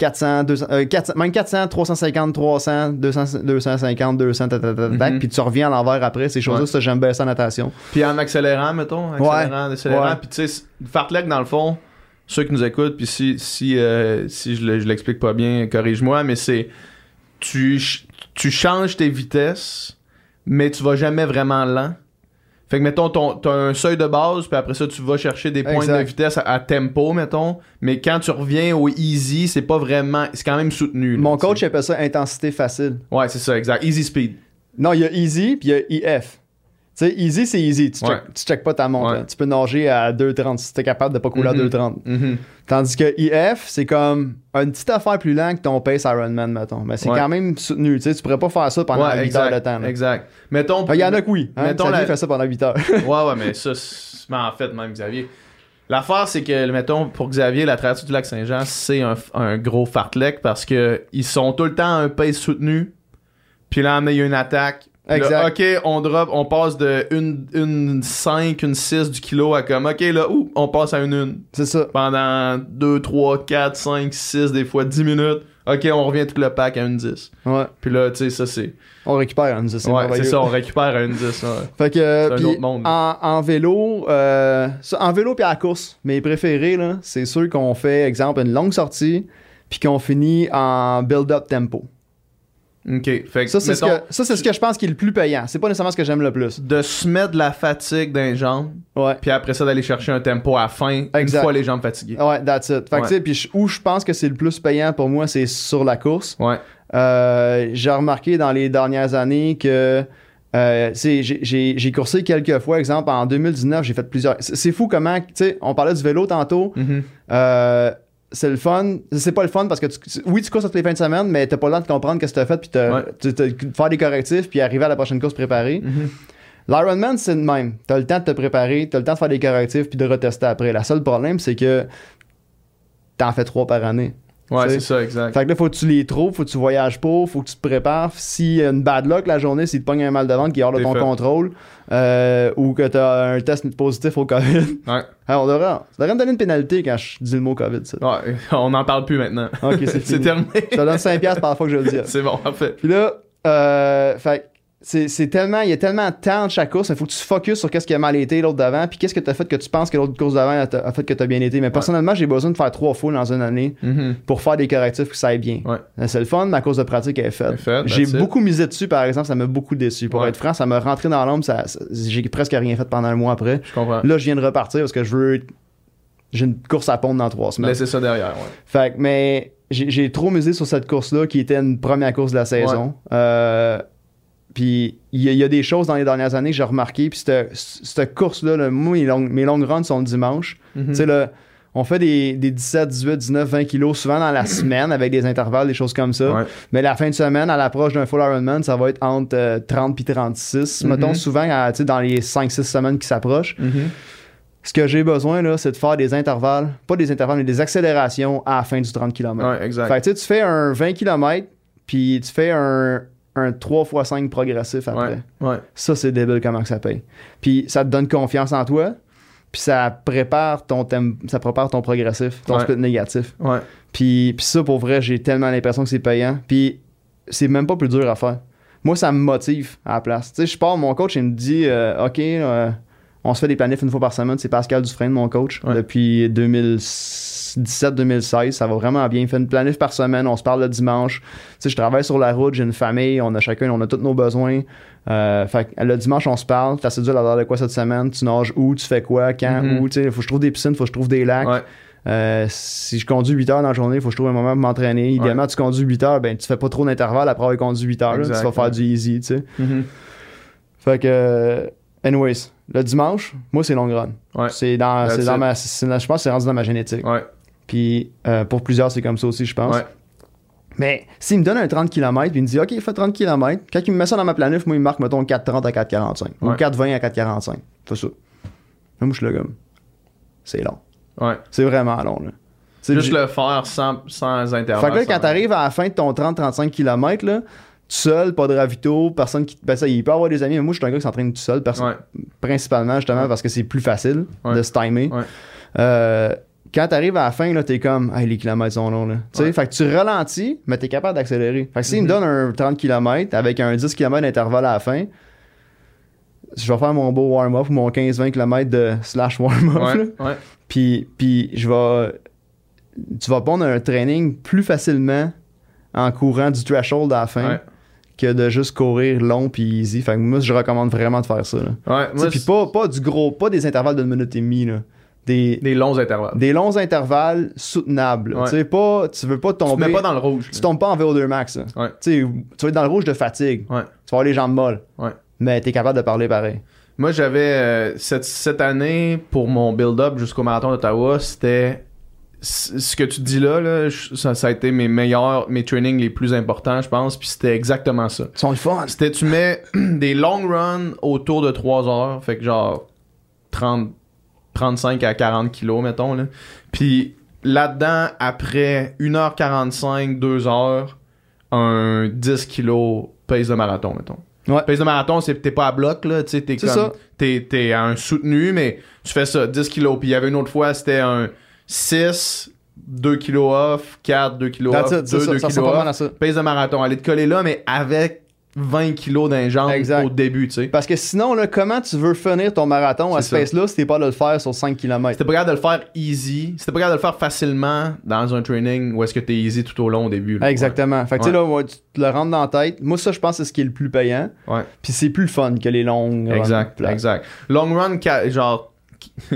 B: 400, 200, euh, 400, même 400, 350, 300, 200, 250, 200, tac, tac, tac, tac,
A: Mhm.
B: puis tu reviens à l'envers après. Ces choses-là,
A: Ouais.
B: ça, j'aime bien ça en natation.
A: Puis en accélérant, mettons. Accélérant, accélérant.
B: ouais.
A: Puis tu sais, le fartlek, dans le fond, ceux qui nous écoutent, puis si, si, euh, si je le- je l'explique pas bien, corrige-moi, mais c'est. Tu, ch- tu changes tes vitesses, mais tu vas jamais vraiment lent. Fait que, mettons, ton- t'as un seuil de base, puis après ça, tu vas chercher des points de
B: Exact.
A: vitesse à, à tempo, mettons. Mais quand tu reviens au easy, c'est pas vraiment. C'est quand même soutenu. là,
B: Mon
A: tu sais.
B: coach appelle ça intensité facile.
A: Ouais, c'est ça, exact. Easy speed.
B: Non, il y a easy, puis il y a EF. Tu sais, easy, c'est easy. Tu,
A: Ouais.
B: check, tu check pas ta montre.
A: Ouais.
B: là. Tu peux nager à 2,30 si t'es capable de pas couler
A: Mhm.
B: à 2,30.
A: Mhm.
B: Tandis que EF, c'est comme une petite affaire plus lente que ton pace Ironman, mettons. Mais c'est
A: Ouais.
B: quand même soutenu. Tu sais, tu pourrais pas faire ça pendant 8
A: exact,
B: heures de temps. là.
A: exact. Mettons.
B: Il y en a que oui. Hein,
A: Mettons
B: Xavier
A: la-
B: fait ça pendant 8 heures.
A: Ouais, ouais, mais ça, c'est- mais en fait, même Xavier. L'affaire, c'est que, mettons, pour Xavier, la traversée du lac Saint-Jean, c'est un, un gros fartlek parce que ils sont tout le temps à un pace soutenu. Puis là, amené, il y a une attaque.
B: Exact.
A: Là, OK, on drop, on passe de une, une 5, une 6 du kilo à comme, OK, là, ouh, on passe à une 1
B: C'est ça.
A: pendant 2, 3, 4, 5, 6, des fois 10 minutes. OK, on revient tout le pack à une 10.
B: Ouais.
A: Puis là, tu sais, ça, c'est.
B: On récupère, hein, ça, c'est
A: Ouais,
B: merveilleux.
A: c'est ça, on récupère à une 10. ouais.
B: Fait que, euh,
A: C'est un
B: puis
A: autre monde.
B: En, en vélo, euh, ça, en vélo puis à la course, mes préférés, là, c'est ceux qu'on fait, exemple, une longue sortie, puis qu'on finit en build-up tempo.
A: OK. Fait que,
B: Ça, c'est ce
A: mettons,
B: que, ça, c'est ce que je pense qui est le plus payant. C'est pas nécessairement ce que j'aime le plus.
A: de se mettre de la fatigue dans les jambes,
B: Ouais.
A: puis après ça, d'aller chercher un tempo à la fin,
B: Exact.
A: une fois les jambes fatiguées.
B: Ah Ouais, that's it. Fait que,
A: Ouais.
B: tu sais, puis je- où je pense que c'est le plus payant pour moi, c'est sur la course.
A: Ouais.
B: Euh, j'ai remarqué dans les dernières années que euh, tu sais, j'ai- j'ai j'ai coursé quelques fois. Exemple, en 2019, j'ai fait plusieurs. C'est c'est fou comment, tu sais, on parlait du vélo tantôt.
A: Mhm.
B: Euh, c'est le fun. C'est pas le fun parce que tu- tu- oui, tu courses toutes les fins de semaine, mais t'as pas le temps de comprendre qu'est-ce que t'as fait, puis t'as-
A: Ouais.
B: tu- t'as- faire des correctifs, puis arriver à la prochaine course préparée.
A: Mhm.
B: L'Ironman, c'est le même. T'as le temps de te préparer, t'as le temps de faire des correctifs, puis de retester après. La seule problème, c'est que t'en fais trois par année.
A: Ouais,
B: Tu sais.
A: c'est ça, exact.
B: Fait que là, faut que tu les trouves, faut que tu voyages pas, faut que tu te prépares. Si y a une bad luck la journée, si te pognes un mal de ventre qui est hors de
A: T'es
B: ton
A: fait.
B: contrôle, euh, ou que t'as un test positif au COVID.
A: Ouais.
B: Alors, on devrait, on devrait me donner une pénalité quand je dis le mot COVID, ça.
A: Ouais, on n'en parle plus maintenant.
B: Ok, c'est
A: C'est
B: fini.
A: terminé.
B: Je te donne 5$ piastres par fois que je le dis.
A: C'est bon, en fait.
B: Puis là, euh, fait que c'est c'est tellement, il y a tellement de temps de chaque course, il faut que tu focuses sur qu'est-ce qui a mal été l'autre d'avant, puis qu'est-ce que t'as fait que tu penses que l'autre course d'avant a, a fait que t'as bien été. Mais personnellement, j'ai besoin de faire trois fois dans une année
A: Mhm.
B: pour faire des correctifs que ça aille bien.
A: Ouais.
B: Mais C'est le fun, ma course de pratique elle est faite.
A: C'est fait, that's
B: Euh, J'ai
A: it.
B: beaucoup misé dessus, par exemple, ça m'a beaucoup déçu. Pour
A: Ouais.
B: être franc, ça m'a rentré dans l'ombre, ça, ça- j'ai presque rien fait pendant un mois après.
A: Je comprends.
B: Là, je viens de repartir parce que je veux. J'ai une course à pompe dans trois semaines.
A: Laissez ça derrière, ouais.
B: Fait que, mais j'ai j'ai trop misé sur cette course-là qui était une première course de la saison. Euh, puis il y, a- il y a des choses dans les dernières années que j'ai remarqué. Puis cette, cette course-là, là, moi, mes longues, mes longues runs sont le dimanche.
A: Mhm.
B: Tu sais, là, on fait des, des 17, 18, 19, 20 kilos souvent dans la semaine avec des intervalles, des choses comme ça.
A: Ouais.
B: Mais la fin de semaine, à l'approche d'un full Ironman, ça va être entre euh, 30 et 36.
A: Mhm.
B: Mettons souvent à, tu sais, dans les 5-6 semaines qui s'approchent.
A: Mhm.
B: Ce que j'ai besoin, là, c'est de faire des intervalles, pas des intervalles, mais des accélérations à la fin du 30 km.
A: Ouais, exact.
B: Fait que, tu sais, tu fais un 20 km, puis tu fais un, un 3 x 5 progressif après.
A: ouais. ouais.
B: Ça, c'est débile comment que ça paye. Puis ça te donne confiance en toi, puis ça prépare ton thème, ça prépare ton progressif, ton
A: Ouais.
B: split négatif.
A: Ouais.
B: Puis, puis ça, pour vrai, j'ai tellement l'impression que c'est payant. Puis c'est même pas plus dur à faire. Moi, ça me motive à la place. Tu sais, je pars, mon coach, il me dit euh, OK, euh, on se fait des planifs une fois par semaine. C'est Pascal Dufresne, mon coach,
A: Ouais.
B: depuis 2017-2016. Ça va vraiment bien. Il fait une planif par semaine. On se parle le dimanche. Tu sais, je travaille sur la route. J'ai une famille. On a chacun, on a tous nos besoins. Euh, fait que le dimanche, on se parle. T'as assez dur d'avoir de quoi cette semaine. Tu nages où Tu fais quoi Quand
A: Mhm.
B: Où Tu sais, faut que je trouve des piscines. Faut que je trouve des lacs.
A: Ouais.
B: Euh, si je conduis 8 heures dans la journée, il faut que je trouve un moment pour m'entraîner. Idéalement, tu conduis 8 heures, ben tu fais pas trop d'intervalle après avoir conduit 8 heures. là. tu
A: Exact,
B: vas faire
A: ouais.
B: du easy, tu sais.
A: Mhm.
B: Fait que, euh, anyways, le dimanche, moi, c'est long run.
A: Ouais.
B: C'est dans,
A: That's
B: c'est dans
A: it.
B: ma, c'est- c'est- je pense que c'est rendu dans ma génétique.
A: Ouais.
B: Puis euh, pour plusieurs, c'est comme ça aussi, je pense.
A: Ouais.
B: Mais s'il me donne un 30 km, puis il me dit, OK, fais 30 km. Quand il me met ça dans ma planif, moi, il me marque, mettons, 4,30 à 4,45 ou
A: Ouais.
B: 4,20 à 4,45. Fais ça. Là, moi, je suis là comme, c'est long.
A: Ouais.
B: C'est vraiment long, là. C'est
A: Juste
B: du-
A: le faire sans, sans intervalle.
B: Fait que là,
A: sans-
B: quand t'arrives à la fin de ton 30-35 km, là, tout seul, pas de ravito, personne qui te. Ben, ça, il peut avoir des amis, mais moi, je suis un gars qui s'entraîne tout seul, perso-
A: Ouais.
B: principalement, justement, parce que c'est plus facile
A: Ouais.
B: de se timer.
A: Ouais.
B: Euh, quand t'arrives à la fin, là, t'es comme, hey, les kilomètres sont longs, là. Tu sais,
A: Ouais.
B: fait que tu ralentis, mais t'es capable d'accélérer. Fait que s'il
A: Mhm.
B: me donne un 30 km avec un 10 km d'intervalle à la fin, je vais faire mon beau warm-up ou mon 15-20 km de slash warm-up, là.
A: Ouais. Ouais.
B: Puis, puis je vais. Tu vas prendre un training plus facilement en courant du threshold à la fin
A: Ouais.
B: que de juste courir long puis easy. Fait que moi, je recommande vraiment de faire ça. là.
A: Ouais.
B: Tu sais,
A: Moi,
B: Puis
A: c'est-
B: pas, pas du gros, pas des intervalles d'une minute et demie. Là. Des,
A: des longs intervalles.
B: des longs intervalles soutenables.
A: Ouais.
B: Tu, sais, pas, tu veux pas
A: Tu te
B: tomber.
A: mets pas dans le rouge.
B: tu
A: là.
B: tombes pas en VO2 max. là.
A: Ouais.
B: Tu sais, tu vas être dans le rouge de fatigue.
A: Ouais.
B: Tu vas avoir les jambes molles.
A: Ouais.
B: Mais t'es capable de parler pareil.
A: Moi, j'avais euh, cette, cette année pour mon build-up jusqu'au marathon d'Ottawa, c'était c- ce que tu dis là, là, je- ça, ça a été mes meilleurs, mes trainings les plus importants, je pense, puis c'était exactement ça.
B: Ils sont le fun.
A: C'était tu mets des long runs autour de 3 heures, fait que genre 30 35 à 40 kilos mettons là. Puis là-dedans après 1h45, 2 heures, un 10 kilos pace de marathon mettons.
B: Ouais.
A: Pèse de marathon, c'est t'es pas à bloc, là. Tu sais, t'es
B: C'est
A: comme.
B: ça.
A: T'es, t'es à un soutenu, mais tu fais ça, 10 kilos. Puis il y avait une autre fois, c'était un 6, 2 kilos off, 4, 2 kilos
B: That's
A: off,
B: it,
A: 2,
B: c'est
A: 2
B: ça, ça
A: kilos
B: ressemble pas
A: off.
B: mal à ça.
A: Pèse de marathon. Aller te coller là, mais avec 20 kilos d'un genre
B: Exact.
A: au début, tu sais.
B: Parce que sinon, là, comment tu veux finir ton marathon à
A: C'est
B: ce
A: ça.
B: pace-là si t'es pas de le faire sur 5 km?
A: C'était pas capable de le faire easy. C'était pas capable de le faire facilement dans un training où est-ce que t'es easy tout au long au début. là.
B: Exactement. Fait que tu sais,
A: Ouais.
B: là, ouais, tu te le rentres dans la tête. Moi, ça, je pense que c'est ce qui est le plus payant.
A: Ouais.
B: Puis c'est plus le fun que les longues. runs
A: Exact,
B: plates.
A: exact. Long run, ca- genre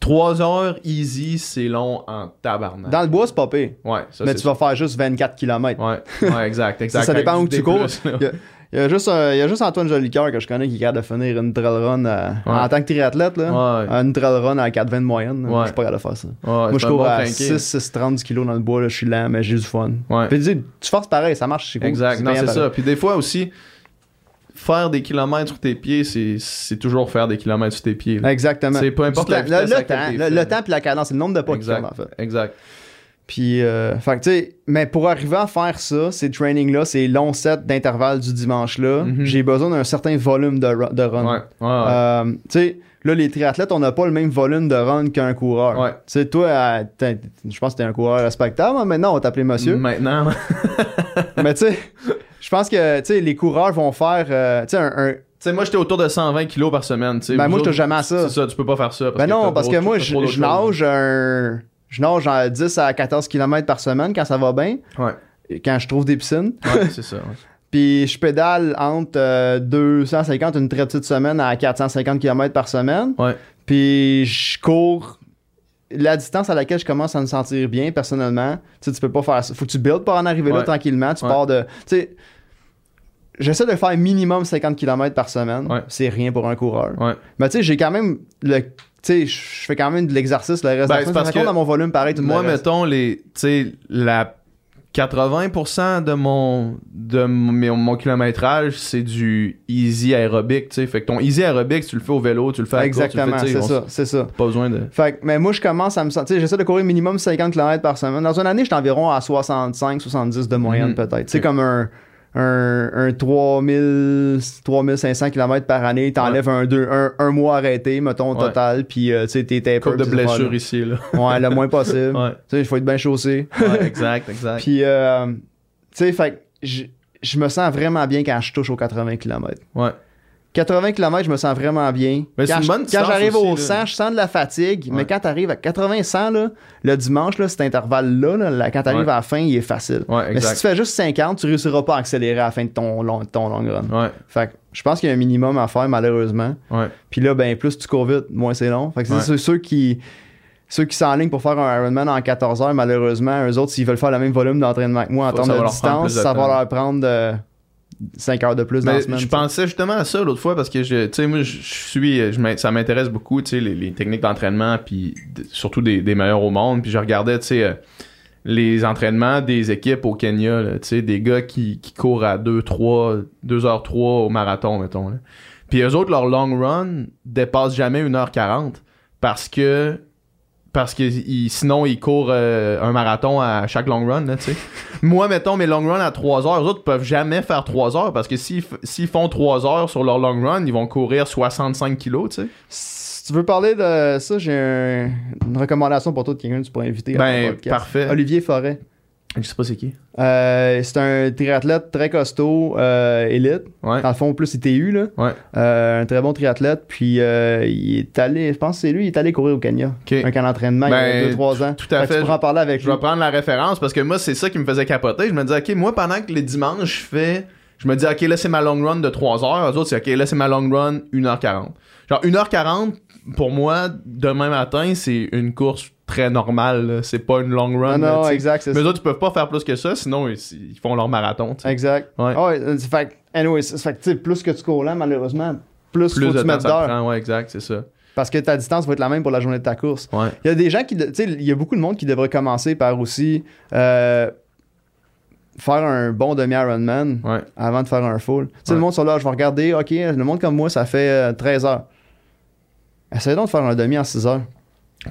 A: 3 heures easy, c'est long en tabarnak.
B: Dans le bois, c'est pas pire.
A: Ouais, ça
B: mais
A: c'est
B: tu vas faire juste 24 km.
A: Ouais, ouais, exact, exact.
B: Ça, ça
A: Quand
B: dépend où
A: dis
B: tu
A: plus,
B: cours.
A: là.
B: Il y, a, il y a juste, un- il y a juste Antoine Jolicoeur que je connais qui est capable de finir une trail run à- en tant que triathlète. Là,
A: Ouais.
B: Une trail run à 4,20 de moyenne.
A: Ouais.
B: Je suis pas capable de faire ça.
A: Ouais,
B: Moi,
A: c'est
B: je
A: un
B: cours
A: bon
B: à
A: cranké.
B: 6, 6, 30 kilos dans le bois. là, je suis lent, mais j'ai du fun.
A: Ouais.
B: Puis, tu, sais, tu forces pareil, ça marche. C'est cool.
A: Exact, non,
B: payant
A: c'est
B: pareil.
A: ça. Puis des fois aussi, faire des kilomètres sur tes pieds, c'est- c'est toujours faire des kilomètres sur tes pieds. là.
B: Exactement.
A: C'est peu importe
B: Du
A: la
B: temps-
A: vitesse
B: le,
A: à
B: le temps,
A: laquelle t'es
B: le-
A: fait.
B: le temps puis la cadence, c'est le nombre de pas qu'il y a,
A: Exact.
B: en fait.
A: Exact.
B: Puis, euh, fait que, tu sais, mais pour arriver à faire ça, ces trainings-là, ces longs sets d'intervalle du dimanche-là,
A: Mhm.
B: j'ai besoin d'un certain volume de, ru- de
A: Ouais,
B: run.
A: ouais. ouais.
B: Euh, tu sais, là, les triathlètes, on n'a pas le même volume de run qu'un coureur.
A: Ouais.
B: Tu sais, toi, euh, t'es- je pense que t'es un coureur respectable, hein, maintenant, on va t'appeler monsieur.
A: Maintenant, tu
B: mais tu sais, je pense que, tu sais, les coureurs vont faire, euh, tu sais, un... un-
A: sais, moi j'étais autour de 120 kilos par semaine. tu sais.
B: ben
A: Vous
B: moi, je
A: autres,
B: t'ai jamais à ça.
A: C'est ça, tu peux pas faire ça.
B: Ben
A: t'as
B: non, parce
A: trop-
B: que moi,
A: t'as
B: je
A: trop d'autres
B: je
A: choses.
B: nage un... Je nage en 10 à 14 km par semaine quand ça va bien,
A: Ouais,
B: et quand je trouve des piscines.
A: ouais c'est ça. ouais.
B: Puis je pédale entre euh, 250, une très petite semaine, à 450 km par semaine.
A: Ouais.
B: Puis je cours la distance à laquelle je commence à me sentir bien personnellement. Tu sais, tu peux pas faire ça. Faut que tu builds pour en arriver là
A: Ouais.
B: tranquillement. Tu
A: Ouais.
B: pars de. Tu sais, j'essaie de faire minimum 50 km par semaine.
A: Ouais.
B: C'est rien pour un coureur.
A: Ouais.
B: Mais tu sais, j'ai quand même le. Tu sais, je fais quand même de l'exercice le
A: Ben,
B: reste de la
A: c'est
B: semaine.
A: parce
B: Ça compte
A: que
B: dans mon volume pareil tout le
A: Moi,
B: reste.
A: mettons, les, tu sais, la 80% de mon, de mon, mon kilométrage, c'est du easy aérobic, tu sais. Fait que ton easy aérobic, tu le fais au vélo, tu le fais à la course, tu le fais,
B: Exactement,
A: tu sais,
B: c'est
A: on s-
B: ça, c'est ça.
A: Pas besoin de.
B: Fait que, mais moi, je commence à me sentir. tu sais, J'essaie de courir minimum 50 km par semaine. Dans une année, j'étais environ à 65-70 de moyenne,
A: Mhm.
B: peut-être. C'est
A: Ok.
B: comme un, un, un 3000, 3500 km par année. T'enlèves un, deux- un, un mois arrêté, mettons, au
A: Ouais.
B: total. Puis, euh, tu sais, t'es taper.
A: Coupe de
B: pis ces affaires-là.
A: blessure ici, là.
B: Ouais, le moins possible.
A: Ouais.
B: Tu sais, il faut être bien chaussé.
A: Ouais, exact, exact.
B: Puis, euh, tu sais, fait que je- je me sens vraiment bien quand je touche aux 80 km.
A: Ouais.
B: 80 km, je me sens vraiment bien.
A: Mais c'est
B: quand
A: une
B: je-
A: bonne
B: quand
A: distance
B: j'arrive
A: aussi,
B: au
A: là.
B: 100, je sens de la fatigue.
A: Ouais.
B: Mais quand t'arrives à 80-100, là, le dimanche, là, cet intervalle-là, là, là, quand t'arrives
A: Ouais.
B: à la fin, il est facile.
A: Ouais,
B: Mais si
A: exact.
B: tu fais juste 50, tu réussiras pas à accélérer à la fin de ton long, ton long run.
A: Ouais,
B: Fait que je pense qu'il y a un minimum à faire, malheureusement.
A: ouais.
B: Puis là, ben, plus tu cours vite, moins c'est long. Fait que c'est
A: Ouais.
B: ceux, ceux qui. Ceux qui s'enlignent pour faire un Ironman en 14 heures, malheureusement, eux autres, s'ils veulent faire le même volume d'entraînement que moi en
A: Faut que
B: termes
A: ça va
B: de
A: leur prendre
B: distance,
A: plus de
B: ça va
A: temps.
B: leur prendre 5 heures de plus dans
A: Mais
B: la semaine.
A: je
B: tu sais.
A: pensais justement à ça l'autre fois parce que je, tu sais, moi, je, je suis, je m'in- ça m'intéresse beaucoup, tu sais, les, les techniques d'entraînement, puis d- surtout des, des meilleurs au monde. Puis je regardais, tu sais, euh, les entraînements des équipes au Kenya, là, tu sais, des gars qui, qui courent à 2, 3, 2h3 au marathon, mettons. là. Puis eux autres, leur long run dépasse jamais 1h40 parce que. Parce que ils- sinon, ils courent euh, un marathon à chaque long run, là, tu sais. Moi, mettons, mes long runs à 3 heures, eux autres peuvent jamais faire 3 heures parce que s'ils f- s'ils font 3 heures sur leur long run, ils vont courir 65 kilos, tu sais.
B: Si tu veux parler de ça, j'ai un- une recommandation pour toi de quelqu'un que tu pourrais inviter. à
A: Ben,
B: ton podcast.
A: parfait.
B: Olivier Forêt.
A: Je sais pas c'est qui.
B: Euh, c'est un triathlète très costaud, euh, élite.
A: Ouais.
B: Dans le fond, plus ITU, là.
A: Ouais.
B: Euh, un très bon triathlète. Puis, euh, il est allé, je pense que c'est lui, il est allé courir au Kenya.
A: Ok.
B: Un camp d'entraînement il y
A: Ben,
B: a 2-3 ans.
A: tout à
B: que
A: fait.
B: Tu pourras en parler avec
A: Je
B: lui.
A: vais prendre la référence parce que moi, c'est ça qui me faisait capoter. Je me disais, OK, moi, pendant que les dimanches, je fais. Je me dis, OK, là, c'est ma long run de 3 heures. Eux autres, c'est OK, là, c'est ma long run 1h40. Genre, 1h40, pour moi, demain matin, c'est une course très normale. là. C'est pas une long run.
B: Ah Non,
A: là,
B: non,
A: tu sais.
B: exact, c'est
A: Mais
B: ça.
A: eux autres, ils peuvent pas faire plus que ça, sinon, ils, ils font leur marathon, tu sais.
B: Exact.
A: Ouais.
B: Ah ouais, euh, c'est fait que- anyway, c'est- fait que, tu sais, plus que tu cours là, malheureusement, plus,
A: Plus
B: faut que
A: de
B: tu
A: temps
B: mettes
A: ça
B: d'heures.
A: prend, ouais, exact, c'est ça.
B: Parce que ta distance va être la même pour la journée de ta course.
A: Ouais.
B: Il y a des gens qui. de- Tu sais, il y a beaucoup de monde qui devrait commencer par aussi euh, faire un bon demi-Ironman
A: Ouais.
B: avant de faire un full. Tu sais,
A: Ouais.
B: le monde sur là, je vais regarder, ok, le monde comme moi, ça fait euh, 13 heures. Essayez donc de faire un demi en 6 heures.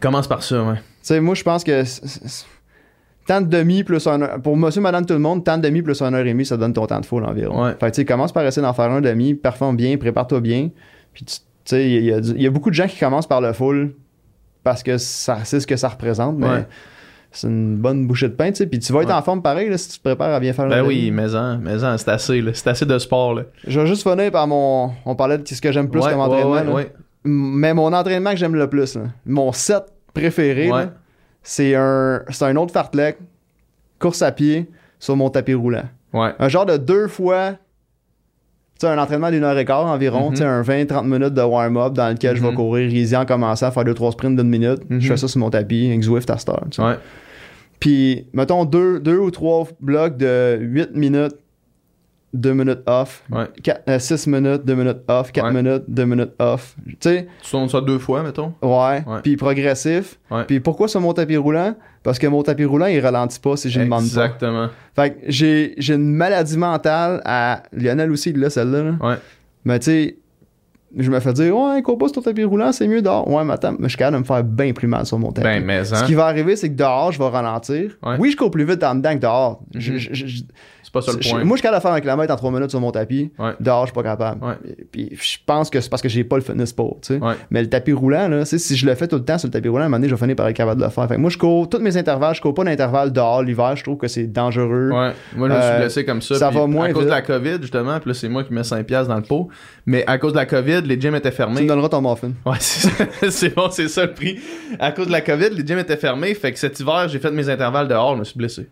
A: Commence par ça, ouais.
B: Tu sais, moi, je pense que. c- c- Temps de demi plus un heure. Pour monsieur, madame, tout le monde, temps de demi plus un heure et demie, ça donne ton temps de foule environ.
A: Ouais.
B: Fait que tu sais, commence par essayer d'en faire un demi, performe bien, prépare-toi bien. Puis tu tu sais, il y, a du- il y a beaucoup de gens qui commencent par le full parce que ça c'est ce que ça représente, mais
A: Ouais.
B: c'est une bonne bouchée de pain, tu sais. Puis tu vas être
A: Ouais.
B: en forme pareil là, si tu te prépares à bien faire un
A: Ben
B: demi.
A: oui, mais en, mais en, c'est assez, là. C'est assez de sport, là.
B: Je vais juste finir par mon. On parlait de ce que j'aime plus
A: Ouais,
B: comme
A: ouais,
B: entraînement.
A: ouais,
B: là.
A: ouais.
B: M- Mais mon entraînement que j'aime le plus, là, mon set préféré,
A: Ouais.
B: là, c'est un, c'est un autre fartlek, course à pied sur mon tapis roulant.
A: Ouais.
B: Un genre de deux fois, tu sais, un entraînement d'une heure et quart
A: Mhm.
B: environ, tu sais, un 20-30 minutes de warm-up dans lequel je vais
A: Mhm.
B: courir easy en commençant à faire deux, trois sprints d'une minute.
A: Mhm.
B: Je fais ça sur mon tapis, avec Zwift à cette heure, tu sais.
A: Ouais.
B: Puis, mettons deux, deux ou trois blocs de 8 minutes, 2 minutes off,
A: Ouais.
B: 6 minutes, 2 minutes off, 4
A: Ouais.
B: minutes, 2 minutes off. Tu sais,
A: Tu tournes ça deux fois, mettons.
B: ouais.
A: Ouais.
B: Puis progressif.
A: Ouais.
B: Puis pourquoi sur mon tapis roulant Parce que mon tapis roulant, il ralentit pas si je ne demande pas.
A: Exactement.
B: Fait que j'ai j'ai une maladie mentale à. Lionel aussi, il l'a celle-là. là.
A: Ouais.
B: Mais tu sais, je me fais dire, ouais, cours pas sur ton tapis roulant, c'est mieux dehors. Ouais, mais attends, mais je suis capable de me faire bien plus mal sur mon tapis.
A: Ben, mais
B: Ce
A: en,
B: qui va arriver, c'est que dehors, je vais ralentir.
A: Ouais.
B: Oui, je cours plus vite en dedans que dehors. Je-
A: Mhm.
B: je- je- je-
A: c'est pas ça le
B: je-
A: point.
B: moi, je suis capable de faire un kilomètre en 3 minutes sur mon tapis.
A: Ouais.
B: Dehors, je suis pas capable.
A: Ouais.
B: Puis je pense que c'est parce que j'ai pas le fitness pour. tu sais.
A: Ouais.
B: Mais le tapis roulant, là, tu sais, si je le fais tout le temps sur le tapis roulant, à un moment donné, je vais finir par être capable de le faire. Fait que moi, je cours tous mes intervalles. Je cours pas d'intervalle dehors l'hiver. Je trouve que c'est dangereux.
A: Ouais. Moi, je me suis
B: Euh,
A: blessé comme ça.
B: ça
A: puis
B: va moins
A: à cause de
B: vite.
A: la COVID, justement. Puis là, c'est moi qui mets 5 piastres dans le pot. Mais à cause de la COVID, les gyms étaient
B: Tu me
A: fermés.
B: donneras ton muffin.
A: Ouais, c'est ça. c'est bon, c'est ça le prix. À cause de la COVID, les gyms étaient fermés. Fait que cet hiver, j'ai fait mes intervalles dehors, je me suis blessé.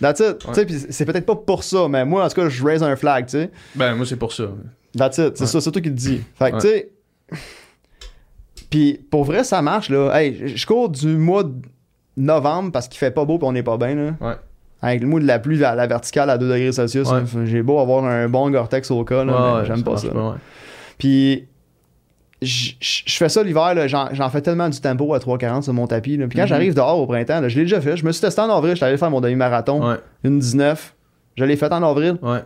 B: That's it. Tu sais, puis c'est peut-être pas pour ça, mais moi, en tout cas, je raise un flag, tu sais.
A: Ben, moi, c'est pour ça.
B: That's it. C'est
A: Ouais.
B: ça, c'est toi qui le dis. Fait que,
A: Ouais.
B: tu sais. Puis pour vrai, ça marche, là. Hey, je- je cours du mois de novembre parce qu'il fait pas beau pis on est pas bien, là.
A: Ouais.
B: Avec le mot de la pluie à la verticale à 2 degrés Celsius,
A: Ouais.
B: là, j'ai beau avoir un bon Gore-Tex au cas, là, mais
A: Ouais,
B: j'aime pas
A: marche
B: ça.
A: ouais.
B: Puis je je- je fais ça l'hiver, là, j'en j'en fais tellement du tempo à 3,40 sur mon tapis. là. Puis quand
A: Mhm.
B: j'arrive dehors au printemps, là, je l'ai déjà fait. Je me suis testé en avril, j'étais allé faire mon demi-marathon,
A: Ouais,
B: une 19. Je l'ai fait en avril,
A: ouais.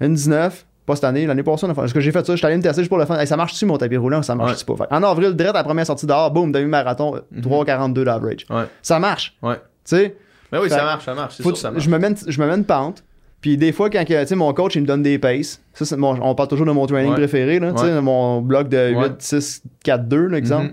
B: une 19. Pas cette année, l'année passée, on a fait- parce que j'ai fait ça, je suis allé me tester juste pour le fun. Hey, ça marche-tu mon tapis roulant ou ça marche-tu pas? Fait que en avril, direct à la première sortie dehors, boum, demi-marathon, 3,42 d'average.
A: Mhm. Ouais.
B: Ça marche.
A: Ouais.
B: Tu sais,
A: Ben oui,
B: Fait-
A: ça marche, ça marche. C'est
B: faut-
A: sûr, ça marche.
B: je me mène je me mets une pente. Puis des fois, quand que, tu sais, mon coach il me donne des paces, ça, c'est mon- on parle toujours de mon training
A: Ouais.
B: préféré, là, tu sais, mon bloc de 8,
A: Ouais.
B: 6, 4, 2, l'exemple.
A: Mhm.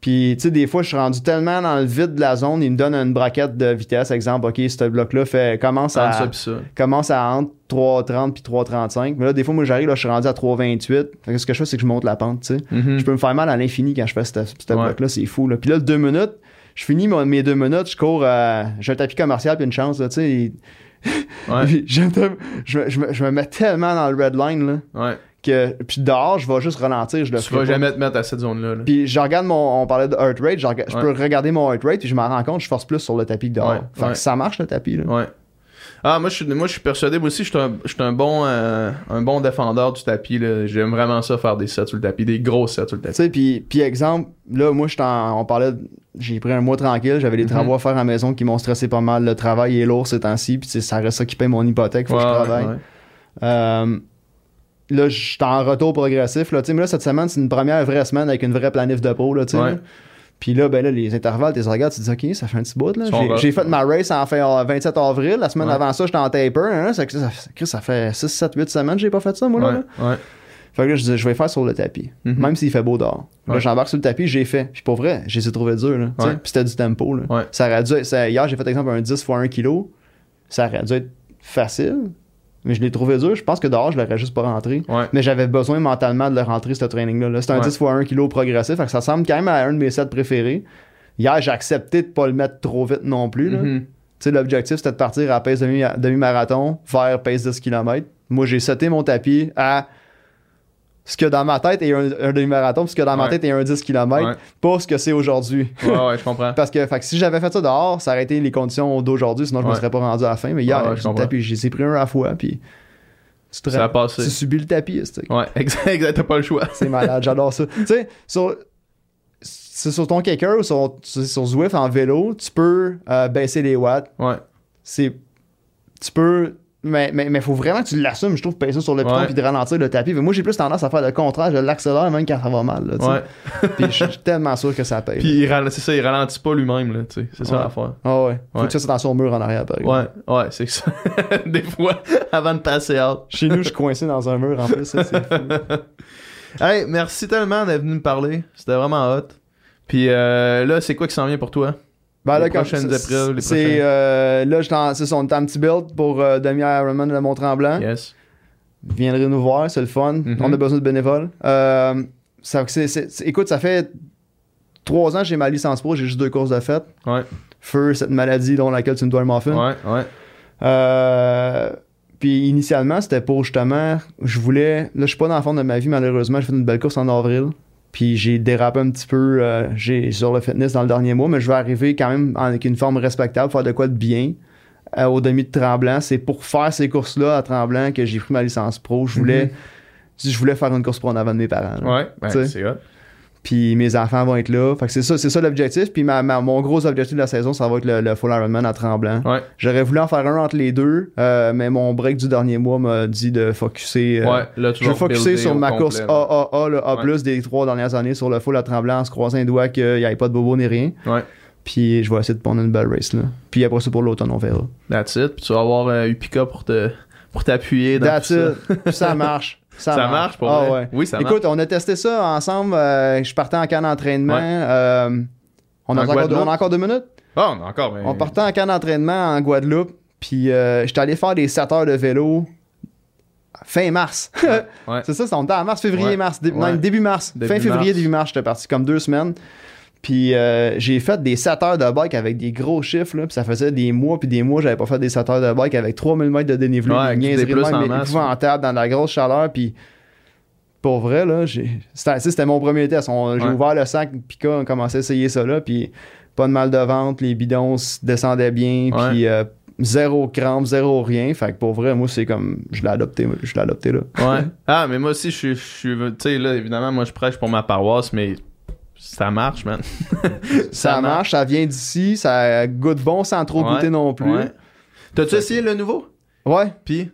B: Puis, tu sais, des fois, je suis rendu tellement dans le vide de la zone, il me donne une braquette de vitesse. Exemple, OK, ce bloc-là fait, commence
A: Ça,
B: à,
A: ça, pis ça.
B: commence à entre 3,30 puis 3,35. Mais là, des fois, moi, j'arrive, là, je suis rendu à 3,28. Fait que ce que je fais, c'est que je monte la pente, tu sais.
A: Mhm.
B: Je peux me faire mal à l'infini quand je fais ce ce
A: Ouais.
B: bloc-là, c'est fou, là. Puis là, le deux minutes, je finis mon- mes deux minutes, je cours, à... j'ai un tapis commercial puis une chance, là, tu sais. Et-
A: Ouais,
B: puis j'aime tellement- je, me- je me- je me mets tellement dans le red line, là,
A: ouais.
B: que... Puis dehors, je vais juste ralentir, je le
A: Tu
B: ferai
A: vas
B: pas.
A: jamais te mettre à cette zone-là. là.
B: Puis je regarde mon. On parlait de heart rate. Je, rega- je
A: Ouais.
B: peux regarder mon heart rate. Puis je m'en rends compte, je force plus sur le tapis que dehors.
A: Ouais,
B: Fait que
A: ouais.
B: ça marche le tapis. Là.
A: Ouais. Ah, moi, je suis, moi, je suis persuadé. Moi aussi, je suis un, je suis un bon, euh, un bon défendeur du tapis. là. J'aime vraiment ça, faire des sets sur le tapis, des gros sets sur le
B: Tu
A: tapis.
B: sais, puis, puis exemple, là, moi, je en, on parlait. de- J'ai pris un mois tranquille. J'avais des
A: Mhm.
B: travaux à faire à la maison qui m'ont stressé pas mal. Le travail est lourd ces temps-ci. Puis c'est- ça reste ça qui paye mon hypothèque. Faut que
A: Ouais,
B: je travaille.
A: ouais.
B: Euh, là, je suis en retour progressif. Là, Tu sais, mais là, cette semaine, c'est une première vraie semaine avec une vraie planif de peau. Là, tu sais,
A: Ouais.
B: là. Puis là, ben là, les intervalles, tu les regardes, tu te dis, OK, ça fait un petit bout. Là.
A: Ils sont
B: J'ai-
A: rough,
B: J'ai fait
A: ouais.
B: ma race en fin- en 27 avril. La semaine
A: Ouais.
B: avant ça, j'étais en taper. Hein, ça, ça, ça- Chris, ça fait 6, 7, 8 semaines que j'ai pas fait ça, moi. Là,
A: Ouais,
B: là.
A: ouais.
B: Fait que là, je dis, je vais faire sur le tapis.
A: Mhm.
B: Même s'il fait beau dehors. Là,
A: Ouais.
B: j'embarque sur le tapis, j'ai fait. Puis pour vrai, j'ai trouvé dur. Là, tu sais.
A: Ouais.
B: Puis c'était du tempo. Là.
A: Ouais.
B: Ça aurait dû être- ça- hier, j'ai fait, exemple, un 10 x 1 kg. Ça aurait dû être facile. Mais je l'ai trouvé dur. Je pense que dehors, je l'aurais juste pas rentré.
A: Ouais.
B: Mais j'avais besoin mentalement de le rentrer, ce training-là. là. C'est un
A: Ouais.
B: 10 x 1 kg progressif. Fait que ça semble quand même à un de mes sets préférés. Hier, j'ai accepté de pas le mettre trop vite non plus. là.
A: Mhm.
B: Tu sais, l'objectif, c'était de partir à pace demi- demi-marathon vers pace 10 km. Moi, j'ai sauté mon tapis à ce que dans ma tête est un, un demi-marathon, puis ce que dans ma
A: Ouais.
B: tête est un 10 km,
A: Ouais.
B: pas ce que c'est aujourd'hui.
A: Ouais, ouais, je comprends.
B: Parce que, fait que si j'avais fait ça dehors, ça aurait été les conditions d'aujourd'hui, sinon je me
A: Ouais.
B: serais pas rendu à la fin. Mais hier,
A: Ouais, ouais, je
B: j'ai le
A: comprends.
B: tapis, j'ai pris un à la fois, puis tu, te-
A: Ça a
B: tu
A: passé.
B: subis le tapis. c'est-
A: Ouais, exact, exact, t'as pas le choix.
B: C'est malade, j'adore ça. Tu sais, sur, c'est sur ton kicker ou sur, c'est sur Zwift en vélo, tu peux euh, baisser les watts.
A: Ouais,
B: C'est, tu peux mais mais mais faut vraiment que tu l'assumes je trouve peser sur le piton
A: Ouais.
B: puis de ralentir le tapis mais moi j'ai plus tendance à faire le contraire je l'accélère même quand ça va mal là, tu sais.
A: Ouais.
B: puis je suis tellement sûr que ça paye
A: Puis il rale- c'est ça, il ralentit pas lui-même, là, tu sais. C'est ça
B: Ouais.
A: l'affaire.
B: Ah ouais faut
A: Ouais.
B: que ça soit dans son mur en arrière par exemple.
A: Ouais, ouais, c'est ça. Des fois, avant de passer out.
B: chez nous je suis coincé dans un mur en plus ça, c'est fou.
A: Hey, merci tellement d'être venu me parler. C'était vraiment hot. Puis euh, là, c'est quoi qui s'en vient pour toi?
B: Ben,
A: Les
B: là, comme-
A: prochaines
B: c'est-
A: épreuves, les prochaines-
B: c'est euh, là je t'en- c'est son petit build pour euh, demi Ironman de Mont-Tremblant
A: Yes.
B: viendrez nous voir, c'est le fun.
A: Mhm.
B: On a besoin de bénévoles. Euh, ça, c'est- c'est- c'est- écoute, ça fait trois ans que j'ai ma licence pro, j'ai juste deux courses de fête.
A: Ouais.
B: Feu, cette maladie dont laquelle tu me dois le muffin.
A: Ouais, ouais.
B: Euh, puis initialement, c'était pour justement, je voulais, là je suis pas dans le fond de ma vie malheureusement, j'ai fait une belle course en avril. Puis j'ai dérapé un petit peu euh, j'ai, sur le fitness dans le dernier mois, mais je vais arriver quand même en- avec une forme respectable, faire de quoi de bien euh, au demi de Tremblant. C'est pour faire ces courses-là à Tremblant que j'ai pris ma licence pro. Je voulais, je voulais faire une course pro en avant de mes parents. là.
A: Ouais, ben,
B: T'sais.
A: c'est hot.
B: Puis mes enfants vont être là. Fait que c'est ça, c'est ça l'objectif. Puis ma, ma- mon gros objectif de la saison, ça va être le, le full Ironman à Tremblant.
A: Ouais.
B: J'aurais voulu en faire un entre les deux, euh, mais mon break du dernier mois m'a dit de focusser. euh,
A: ouais, là, tu
B: Je
A: vas
B: vais focusser
A: rebuilder
B: sur
A: au
B: ma
A: complet,
B: course Ah.
A: là.
B: AAA, le A+,
A: Ouais.
B: des trois dernières années sur le full à Tremblant, en se croisant les doigts qu'il n'y avait pas de bobo ni rien.
A: Ouais.
B: Puis je vais essayer de prendre une belle race, là. Puis après ça, pour l'automne, on verra.
A: That's it. Puis tu vas avoir un Upika pour te pour t'appuyer dans
B: That's
A: tout ça.
B: it. Puis ça marche. Ça,
A: Ça, marche pour
B: Ah
A: vrai.
B: ouais.
A: Oui, ça marche.
B: Écoute, on a testé ça ensemble. euh, je partais en camp d'entraînement.
A: Ouais.
B: euh, on, a
A: En
B: encore deux,
A: Guadeloupe.
B: on a encore deux minutes.
A: Ah, on a encore. mais-
B: On partait en camp d'entraînement en Guadeloupe. Puis euh, j'étais allé faire des 7 heures de vélo fin mars.
A: Ouais.
B: C'est ça, c'est on était en mars, février,
A: Ouais.
B: mars. dé-
A: Ouais.
B: non, début mars.
A: Début
B: fin février,
A: mars.
B: début mars, j'étais parti comme deux semaines. Puis euh, j'ai fait des 7 heures de bike avec des gros chiffres. Là, puis ça faisait des mois, puis des mois, j'avais pas fait des 7 heures de bike avec 3000 mètres de dénivelé.
A: Ouais,
B: des
A: avec des
B: niaiseries de
A: plus
B: même,
A: en
B: mais
A: masse,
B: épouvantables, dans la grosse chaleur. Puis pour vrai, là, j'ai- c'était tu sais, c'était mon premier test. On- J'ai
A: Ouais.
B: ouvert le sac, puis quand on commençait à essayer ça là. Puis pas de mal de ventre, les bidons s- descendaient bien.
A: Ouais.
B: Puis euh, zéro crampe, zéro rien. Fait que pour vrai, moi, c'est comme. Je l'ai adopté, moi, je l'ai adopté là.
A: Ouais. Ah, mais moi aussi, je suis. je suis- Tu sais, là, évidemment, moi, je prêche pour ma paroisse, mais ça marche, man.
B: Ça marche, ça vient d'ici, ça goûte bon sans trop
A: Ouais,
B: goûter non plus.
A: Ouais.
B: Ouais.
A: T'as-tu essayé le nouveau? Puis?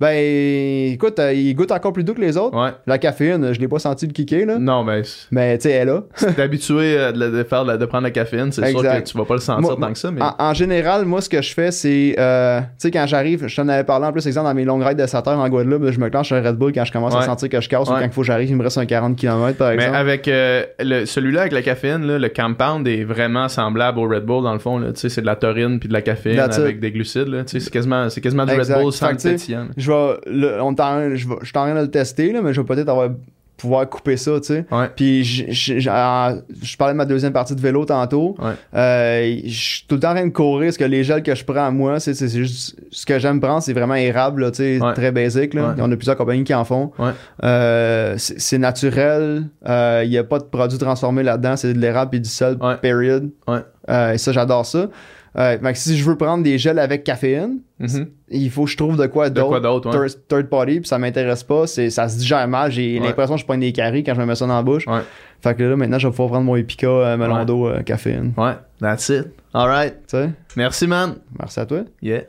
B: Ben, écoute, euh, il goûte encore plus doux que les autres.
A: Ouais.
B: La caféine, je l'ai pas senti le kicker, là.
A: Non, mais si
B: Mais tu sais, elle est là.
A: t'es habitué euh, de, la- de faire de, la- de prendre la caféine, c'est sûr que
B: Exact.
A: tu vas pas le sentir
B: Moi- ah,
A: tant que ça, mais.
B: En, en général, moi, ce que je fais, c'est. euh, tu sais, quand j'arrive, je t'en avais parlé en plus, exemple, dans mes longues rides de 7 heures en Guadeloupe, je me clenche un Red Bull quand je commence
A: Ouais.
B: à sentir que je casse ou
A: Ouais.
B: quand il faut que j'arrive, il me reste un 40 km, par
A: mais
B: exemple.
A: avec euh, le- celui-là avec la caféine, là, le compound est vraiment semblable au Red Bull dans le fond. là. Tu sais, c'est de la taurine puis de la caféine
B: That's it.
A: avec des glucides. là. Tu sais, C'est quasiment, c'est quasiment du
B: Exact.
A: Red Bull sans
B: Fait
A: le
B: que, tu sais,
A: pétillant.
B: Je vais. le- on est en- je vais- je suis en train de le tester, là, mais je vais peut-être avoir, pouvoir couper ça, tu sais.
A: Ouais.
B: Puis je, je- je- en- je parlais de ma deuxième partie de vélo tantôt.
A: Ouais.
B: Euh, je suis tout le temps en train de courir parce que les gels que je prends à moi, c'est c'est- c'est juste ce que j'aime prendre, c'est vraiment érable, là, tu sais,
A: Ouais.
B: très basique. là.
A: Ouais.
B: On a plusieurs compagnies qui en font.
A: Ouais.
B: Euh, c'est c'est naturel. Euh, Il n'y a pas de produits transformés là-dedans. C'est de l'érable et du sel,
A: Ouais.
B: period.
A: Ouais.
B: Euh, et ça, j'adore ça. Euh, fait que si je veux prendre des gels avec caféine,
A: Mhm.
B: il faut que je trouve de quoi
A: De
B: d'autre
A: quoi d'autre? ouais.
B: third, third party, puis ça m'intéresse pas, c'est ça se digère mal, j'ai
A: Ouais.
B: l'impression que je prends des caries quand je me mets ça dans la bouche.
A: Ouais.
B: Fait que là, maintenant, je vais pouvoir prendre mon Epica euh, melon
A: Ouais.
B: d'eau euh, caféine.
A: Ouais, that's it. Alright.
B: Tu sais,
A: Merci, man.
B: merci à toi.
A: Yeah.